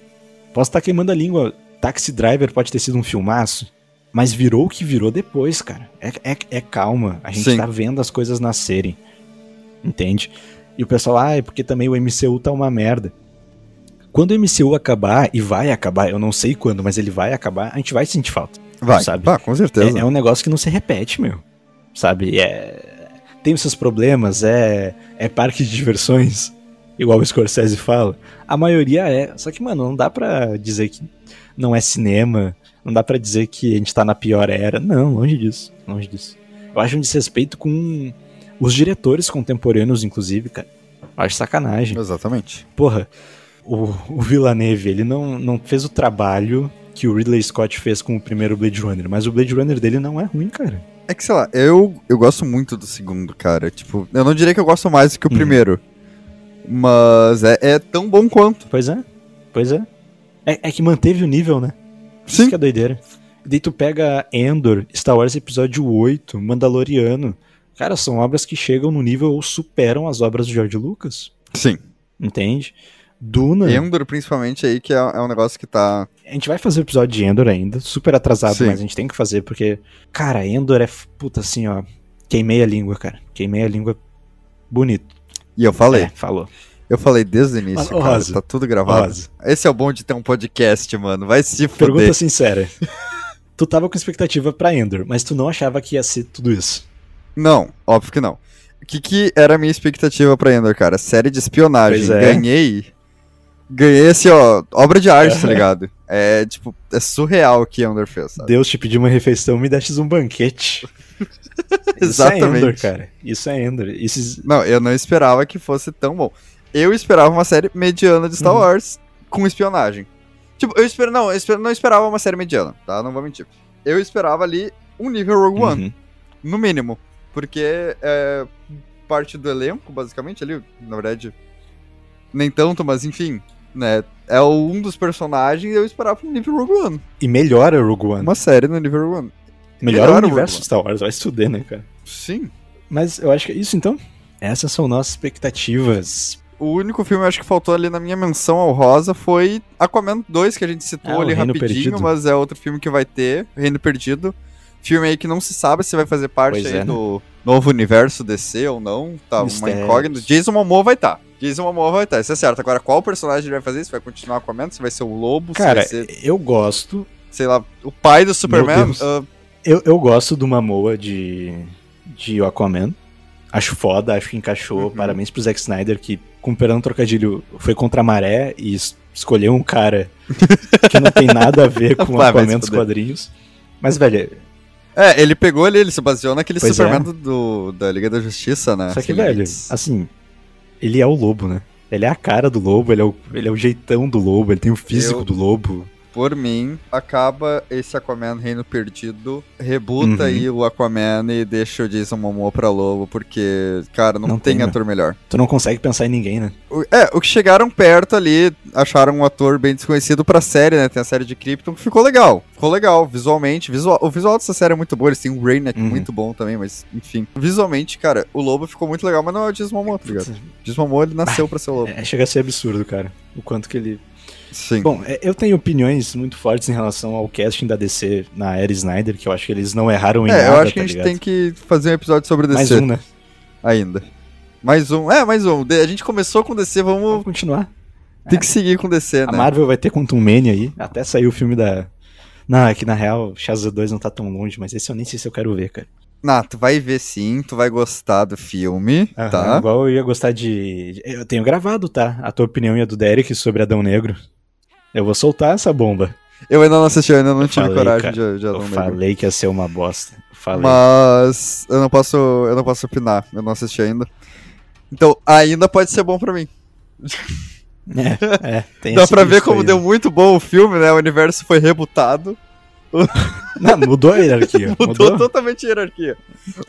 S2: posso estar queimando a língua. Taxi Driver pode ter sido um filmaço, mas virou o que virou depois, cara. É, é, é calma. A gente
S3: Sim.
S2: tá vendo as coisas nascerem. Entende? E o pessoal, ah, é porque também o MCU tá uma merda. Quando o MCU acabar, e vai acabar, eu não sei quando, mas ele vai acabar, a gente vai sentir falta.
S3: Vai.
S2: sabe?
S3: Ah, com certeza.
S2: É, é um negócio que não se repete, meu. Sabe? É, tem os seus problemas, é, é parque de diversões, igual o Scorsese fala. A maioria é. Só que, mano, não dá pra dizer que não é cinema, não dá pra dizer que a gente tá na pior era. Não, longe disso. Longe disso. Eu acho um desrespeito com os diretores contemporâneos, inclusive, cara. Eu acho sacanagem.
S3: Exatamente.
S2: Porra, o, o Villeneuve, ele não, não fez o trabalho que o Ridley Scott fez com o primeiro Blade Runner, mas o Blade Runner dele não é ruim, cara.
S3: É que, sei lá, eu, eu gosto muito do segundo, cara. Tipo, eu não diria que eu gosto mais do que o
S2: Uhum.
S3: primeiro. Mas é, é tão bom quanto.
S2: Pois é, pois é. É, é que manteve o nível, né? Isso
S3: Sim.
S2: que é doideira. E daí tu pega Endor, Star Wars Episódio 8, Mandaloriano. Cara, são obras que chegam no nível ou superam as obras do George Lucas,
S3: Sim.
S2: entende? Duna,
S3: Endor, principalmente, aí, que é, é um negócio que tá.
S2: a gente vai fazer o episódio de Endor ainda, super atrasado,
S3: Sim.
S2: mas a gente tem que fazer, porque, cara, Endor é, f- puta, assim, ó, queimei a língua, cara, queimei a língua bonito.
S3: E eu falei.
S2: É, falou.
S3: Eu falei desde o início,
S2: Ô,
S3: cara.
S2: Rosa.
S3: Tá tudo gravado.
S2: Rosa.
S3: Esse é o bom de ter um podcast, mano. Vai se
S2: Pergunta
S3: foder.
S2: sincera. tu tava com expectativa pra Endor, mas tu não achava que ia ser tudo isso.
S3: Não, óbvio que não. O que, que era a minha expectativa pra Endor, cara? Série de espionagem.
S2: Pois é.
S3: Ganhei. Ganhei assim, ó, obra de arte, tá
S2: Aham.
S3: ligado? É, tipo, é surreal o que Endor fez, sabe?
S2: Deus te pediu uma refeição, me destes um banquete. Isso é Endor,
S3: Exatamente.
S2: cara. Isso é Endor. Isso...
S3: Não, eu não esperava que fosse tão bom. Eu esperava uma série mediana de Star
S2: Uhum.
S3: Wars com espionagem. Tipo, eu espero, não, eu esper- não esperava uma série mediana, tá? Não vou mentir. Eu esperava ali um nível Rogue One.
S2: Uhum.
S3: No mínimo. Porque é, parte do elenco, basicamente, ali, na verdade. Nem tanto, mas enfim, né? É o- um dos personagens eu esperava um nível Rogue One.
S2: E melhora Rogue One.
S3: Uma série no nível Rogue One.
S2: Melhora,
S3: melhora
S2: o
S3: o
S2: universo
S3: Rogue
S2: Star Wars, vai estudar, né, cara?
S3: Sim.
S2: Mas eu acho que é isso, então. Essas são nossas expectativas
S3: O único filme eu acho que faltou ali na minha menção ao Rosa foi Aquaman 2, que a gente citou
S2: Ah, o
S3: ali
S2: Reino
S3: rapidinho,
S2: Perdido.
S3: mas é outro filme que vai ter, Reino Perdido. Filme aí que não se sabe se vai fazer parte
S2: Pois
S3: aí
S2: é, né?
S3: do novo universo DC ou não. Tá
S2: Mistérios.
S3: uma incógnita. Jason Momoa vai estar. Tá. Jason Momoa vai estar, isso é certo. Agora, qual personagem ele vai fazer? Se vai continuar Aquaman? Se vai ser o Lobo?
S2: Cara,
S3: se vai ser,
S2: eu gosto.
S3: sei lá, o pai do Superman?
S2: Deus.
S3: Ah,
S2: Eu, eu gosto do Mamoa de, de Aquaman. Acho foda, acho que encaixou.
S3: Uhum.
S2: Parabéns pro Zack Snyder, que, com perdão do trocadilho, foi contra a maré e es- escolheu um cara que não tem nada a ver com o
S3: Vai, vai
S2: Aquaman
S3: se
S2: dos
S3: fuder.
S2: quadrinhos. Mas, velho,
S3: é, ele pegou ali, ele se baseou naquele
S2: Pois
S3: Superman
S2: é.
S3: do- do, da Liga da Justiça, né?
S2: só que,
S3: Sem
S2: velho,
S3: limites.
S2: assim, ele é o lobo, né? Ele é a cara do lobo, ele é o, ele é o jeitão do lobo, ele tem o físico
S3: Eu-
S2: do lobo.
S3: Por mim, acaba esse Aquaman Reino Perdido, rebuta
S2: Uhum.
S3: aí o Aquaman e deixa o Jason Momoa pra Lobo, porque, cara, não,
S2: Não
S3: tem,
S2: tem, né?
S3: ator melhor.
S2: Tu não consegue pensar em ninguém, né?
S3: O- é, o que chegaram perto ali, acharam um ator bem desconhecido pra série, né? Tem a série de Krypton, que ficou legal. Ficou legal, visualmente. visual- o visual dessa série é muito bom, eles têm um Rainek
S2: Uhum.
S3: muito bom também, mas, enfim. Visualmente, cara, o Lobo ficou muito legal, mas não é o Jason Momoa, tá ligado? O Jason Momoa, ele nasceu pra ser o Lobo.
S2: É, chega a ser absurdo, cara. O quanto que ele
S3: Sim.
S2: Bom, é, eu tenho opiniões muito fortes em relação ao casting da DC na era Snyder, que eu acho que eles não erraram em
S3: é,
S2: nada,
S3: eu acho que
S2: tá
S3: a gente
S2: ligado?
S3: tem que fazer um episódio sobre o DC.
S2: Mais um, né?
S3: ainda. Mais um. É, mais um. De- A gente começou com DC, vamos
S2: Vamos continuar.
S3: ter que seguir com DC,
S2: É. A
S3: né?
S2: Marvel vai ter Quantum Mania aí, até sair o filme da... Não, é que na real, Shazam 2 não tá tão longe, mas esse eu nem sei se eu quero ver, cara.
S3: Nah, tu vai ver sim, tu vai gostar do filme,
S2: Aham,
S3: tá?
S2: Igual eu ia gostar de... Eu tenho gravado, tá? A tua opinião e a do Derek sobre Adão Negro. Eu vou soltar essa bomba.
S3: Eu ainda não assisti, eu ainda não tive
S2: falei,
S3: coragem
S2: cara.
S3: de, de
S2: eu
S3: não
S2: falei que ia ser uma bosta. Falei.
S3: Mas eu não posso, eu não posso opinar, eu não assisti ainda. Então, ainda pode ser bom pra mim.
S2: É, é, tem
S3: Dá
S2: esse
S3: pra ver
S2: risco
S3: como
S2: aí,
S3: deu
S2: né?
S3: muito bom o filme, né? O universo foi rebutado.
S2: Não, mudou a hierarquia. mudou?
S3: um- Mudou totalmente a hierarquia.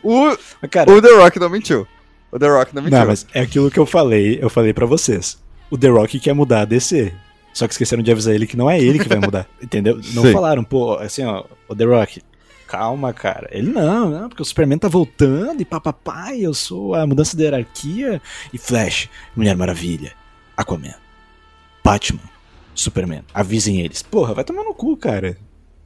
S3: O,
S2: Mas, Cara,
S3: o The Rock não mentiu. O The Rock não mentiu.
S2: Não, mas é aquilo que eu falei, eu falei pra vocês. O The Rock quer mudar a DC. Só que esqueceram de avisar ele que não é ele que vai mudar. entendeu? Não
S3: Sim.
S2: falaram, pô, assim, ó, o The Rock, calma, cara. Ele não, não, porque o Superman tá voltando e papapá, e eu sou a mudança da hierarquia. E Flash, Mulher Maravilha, Aquaman, Batman, Superman, avisem eles. Porra, vai tomar no cu, cara.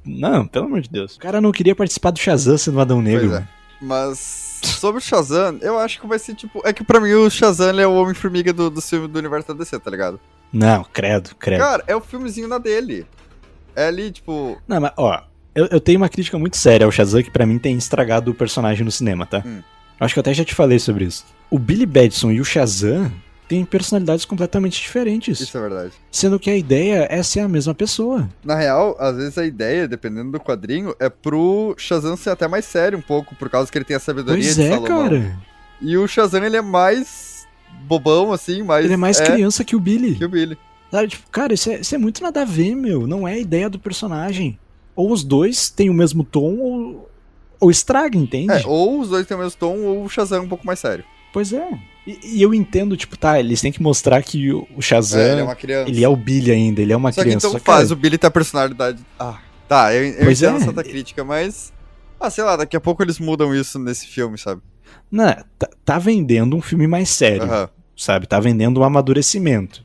S2: Não, pelo amor de Deus. O cara não queria participar do Shazam sendo Adão Negro.
S3: Pois é. Mas sobre o Shazam, eu acho que vai ser tipo. É que pra mim o Shazam ele é o Homem-Formiga do, do filme do universo da DC, tá ligado?
S2: Não, credo, credo.
S3: Cara, é o filmezinho na dele. É ali, tipo.
S2: Não, mas, ó, eu, eu tenho uma crítica muito séria ao Shazam que pra mim tem estragado o personagem no cinema, tá?
S3: Hum.
S2: Acho que eu até já te falei sobre isso. O Billy Badson e o Shazam têm personalidades completamente diferentes,
S3: Isso é verdade.
S2: sendo que a ideia é ser a mesma pessoa.
S3: Na real, às vezes a ideia, dependendo do quadrinho, é pro Shazam ser até mais sério um pouco, por causa que ele tem a sabedoria
S2: Pois
S3: de
S2: é,
S3: Salomão.
S2: cara.
S3: E o Shazam ele é mais bobão, assim, mais.
S2: Ele é mais criança que o Billy.
S3: que o Billy.
S2: Sabe, tipo, cara, isso é, isso é muito nada a ver, meu. Não é a ideia do personagem. Ou os dois têm o mesmo tom, ou, ou estraga, entende?
S3: É, ou os dois têm o mesmo tom, ou o Shazam é um pouco mais sério.
S2: Pois é. E, e eu entendo, tipo, tá, eles têm que mostrar que o o Shazam
S3: É, ele é uma criança.
S2: Ele é o Billy ainda, ele é uma
S3: Só que
S2: criança.
S3: então
S2: só que,
S3: faz,
S2: cara,
S3: o Billy tem a personalidade. Ah, tá, eu, eu
S2: Pois
S3: entendo
S2: é.
S3: essa tua crítica, mas. Ah, sei lá, daqui a pouco eles mudam isso nesse filme, sabe?
S2: não, tá, tá vendendo um filme mais sério,
S3: Aham. É
S2: sabe? Tá vendendo um amadurecimento.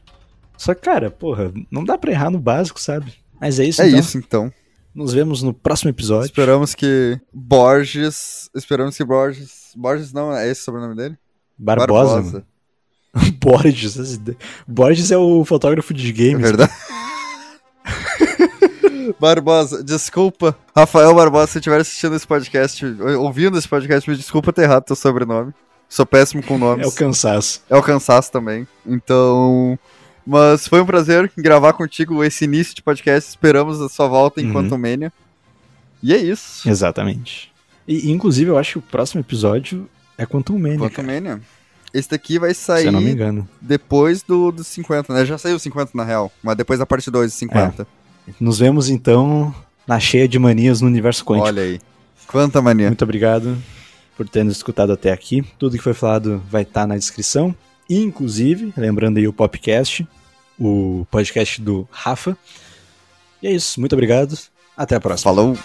S2: Só que, cara, porra, não dá pra errar no básico, sabe? Mas é isso,
S3: É
S2: então.
S3: isso então.
S2: Nos vemos no próximo episódio.
S3: Esperamos que Borges. Esperamos que Borges. Borges não, é esse o sobrenome dele?
S2: Barbosa. mano. Borges. as ideias. Borges é o fotógrafo de
S3: É
S2: games.
S3: verdade. Barbosa, desculpa. Rafael Barbosa, se estiver assistindo esse podcast, ouvindo esse podcast, me desculpa ter errado teu sobrenome. Sou péssimo com nomes.
S2: É o cansaço.
S3: É o cansaço também. Então. Mas foi um prazer gravar contigo esse início de podcast. Esperamos a sua volta
S2: Uhum.
S3: enquanto Mania. E é isso.
S2: Exatamente. E, inclusive, eu acho que o próximo episódio é Quantum Mania,
S3: Enquanto
S2: cara, é
S3: Mania. Esse daqui vai
S2: se eu não me
S3: sair
S2: engano.
S3: depois do, dos 50, né? Já saiu os 50 na real, mas depois da parte 2 dos
S2: É,
S3: 50.
S2: Nos vemos, então, na cheia de manias no universo quântico.
S3: Olha aí. Quanta mania.
S2: Muito obrigado por ter nos escutado até aqui. Tudo que foi falado vai estar na descrição. E, inclusive, lembrando aí o podcast, o podcast do Rafa. E é isso. Muito obrigado. Até a próxima.
S3: Falou.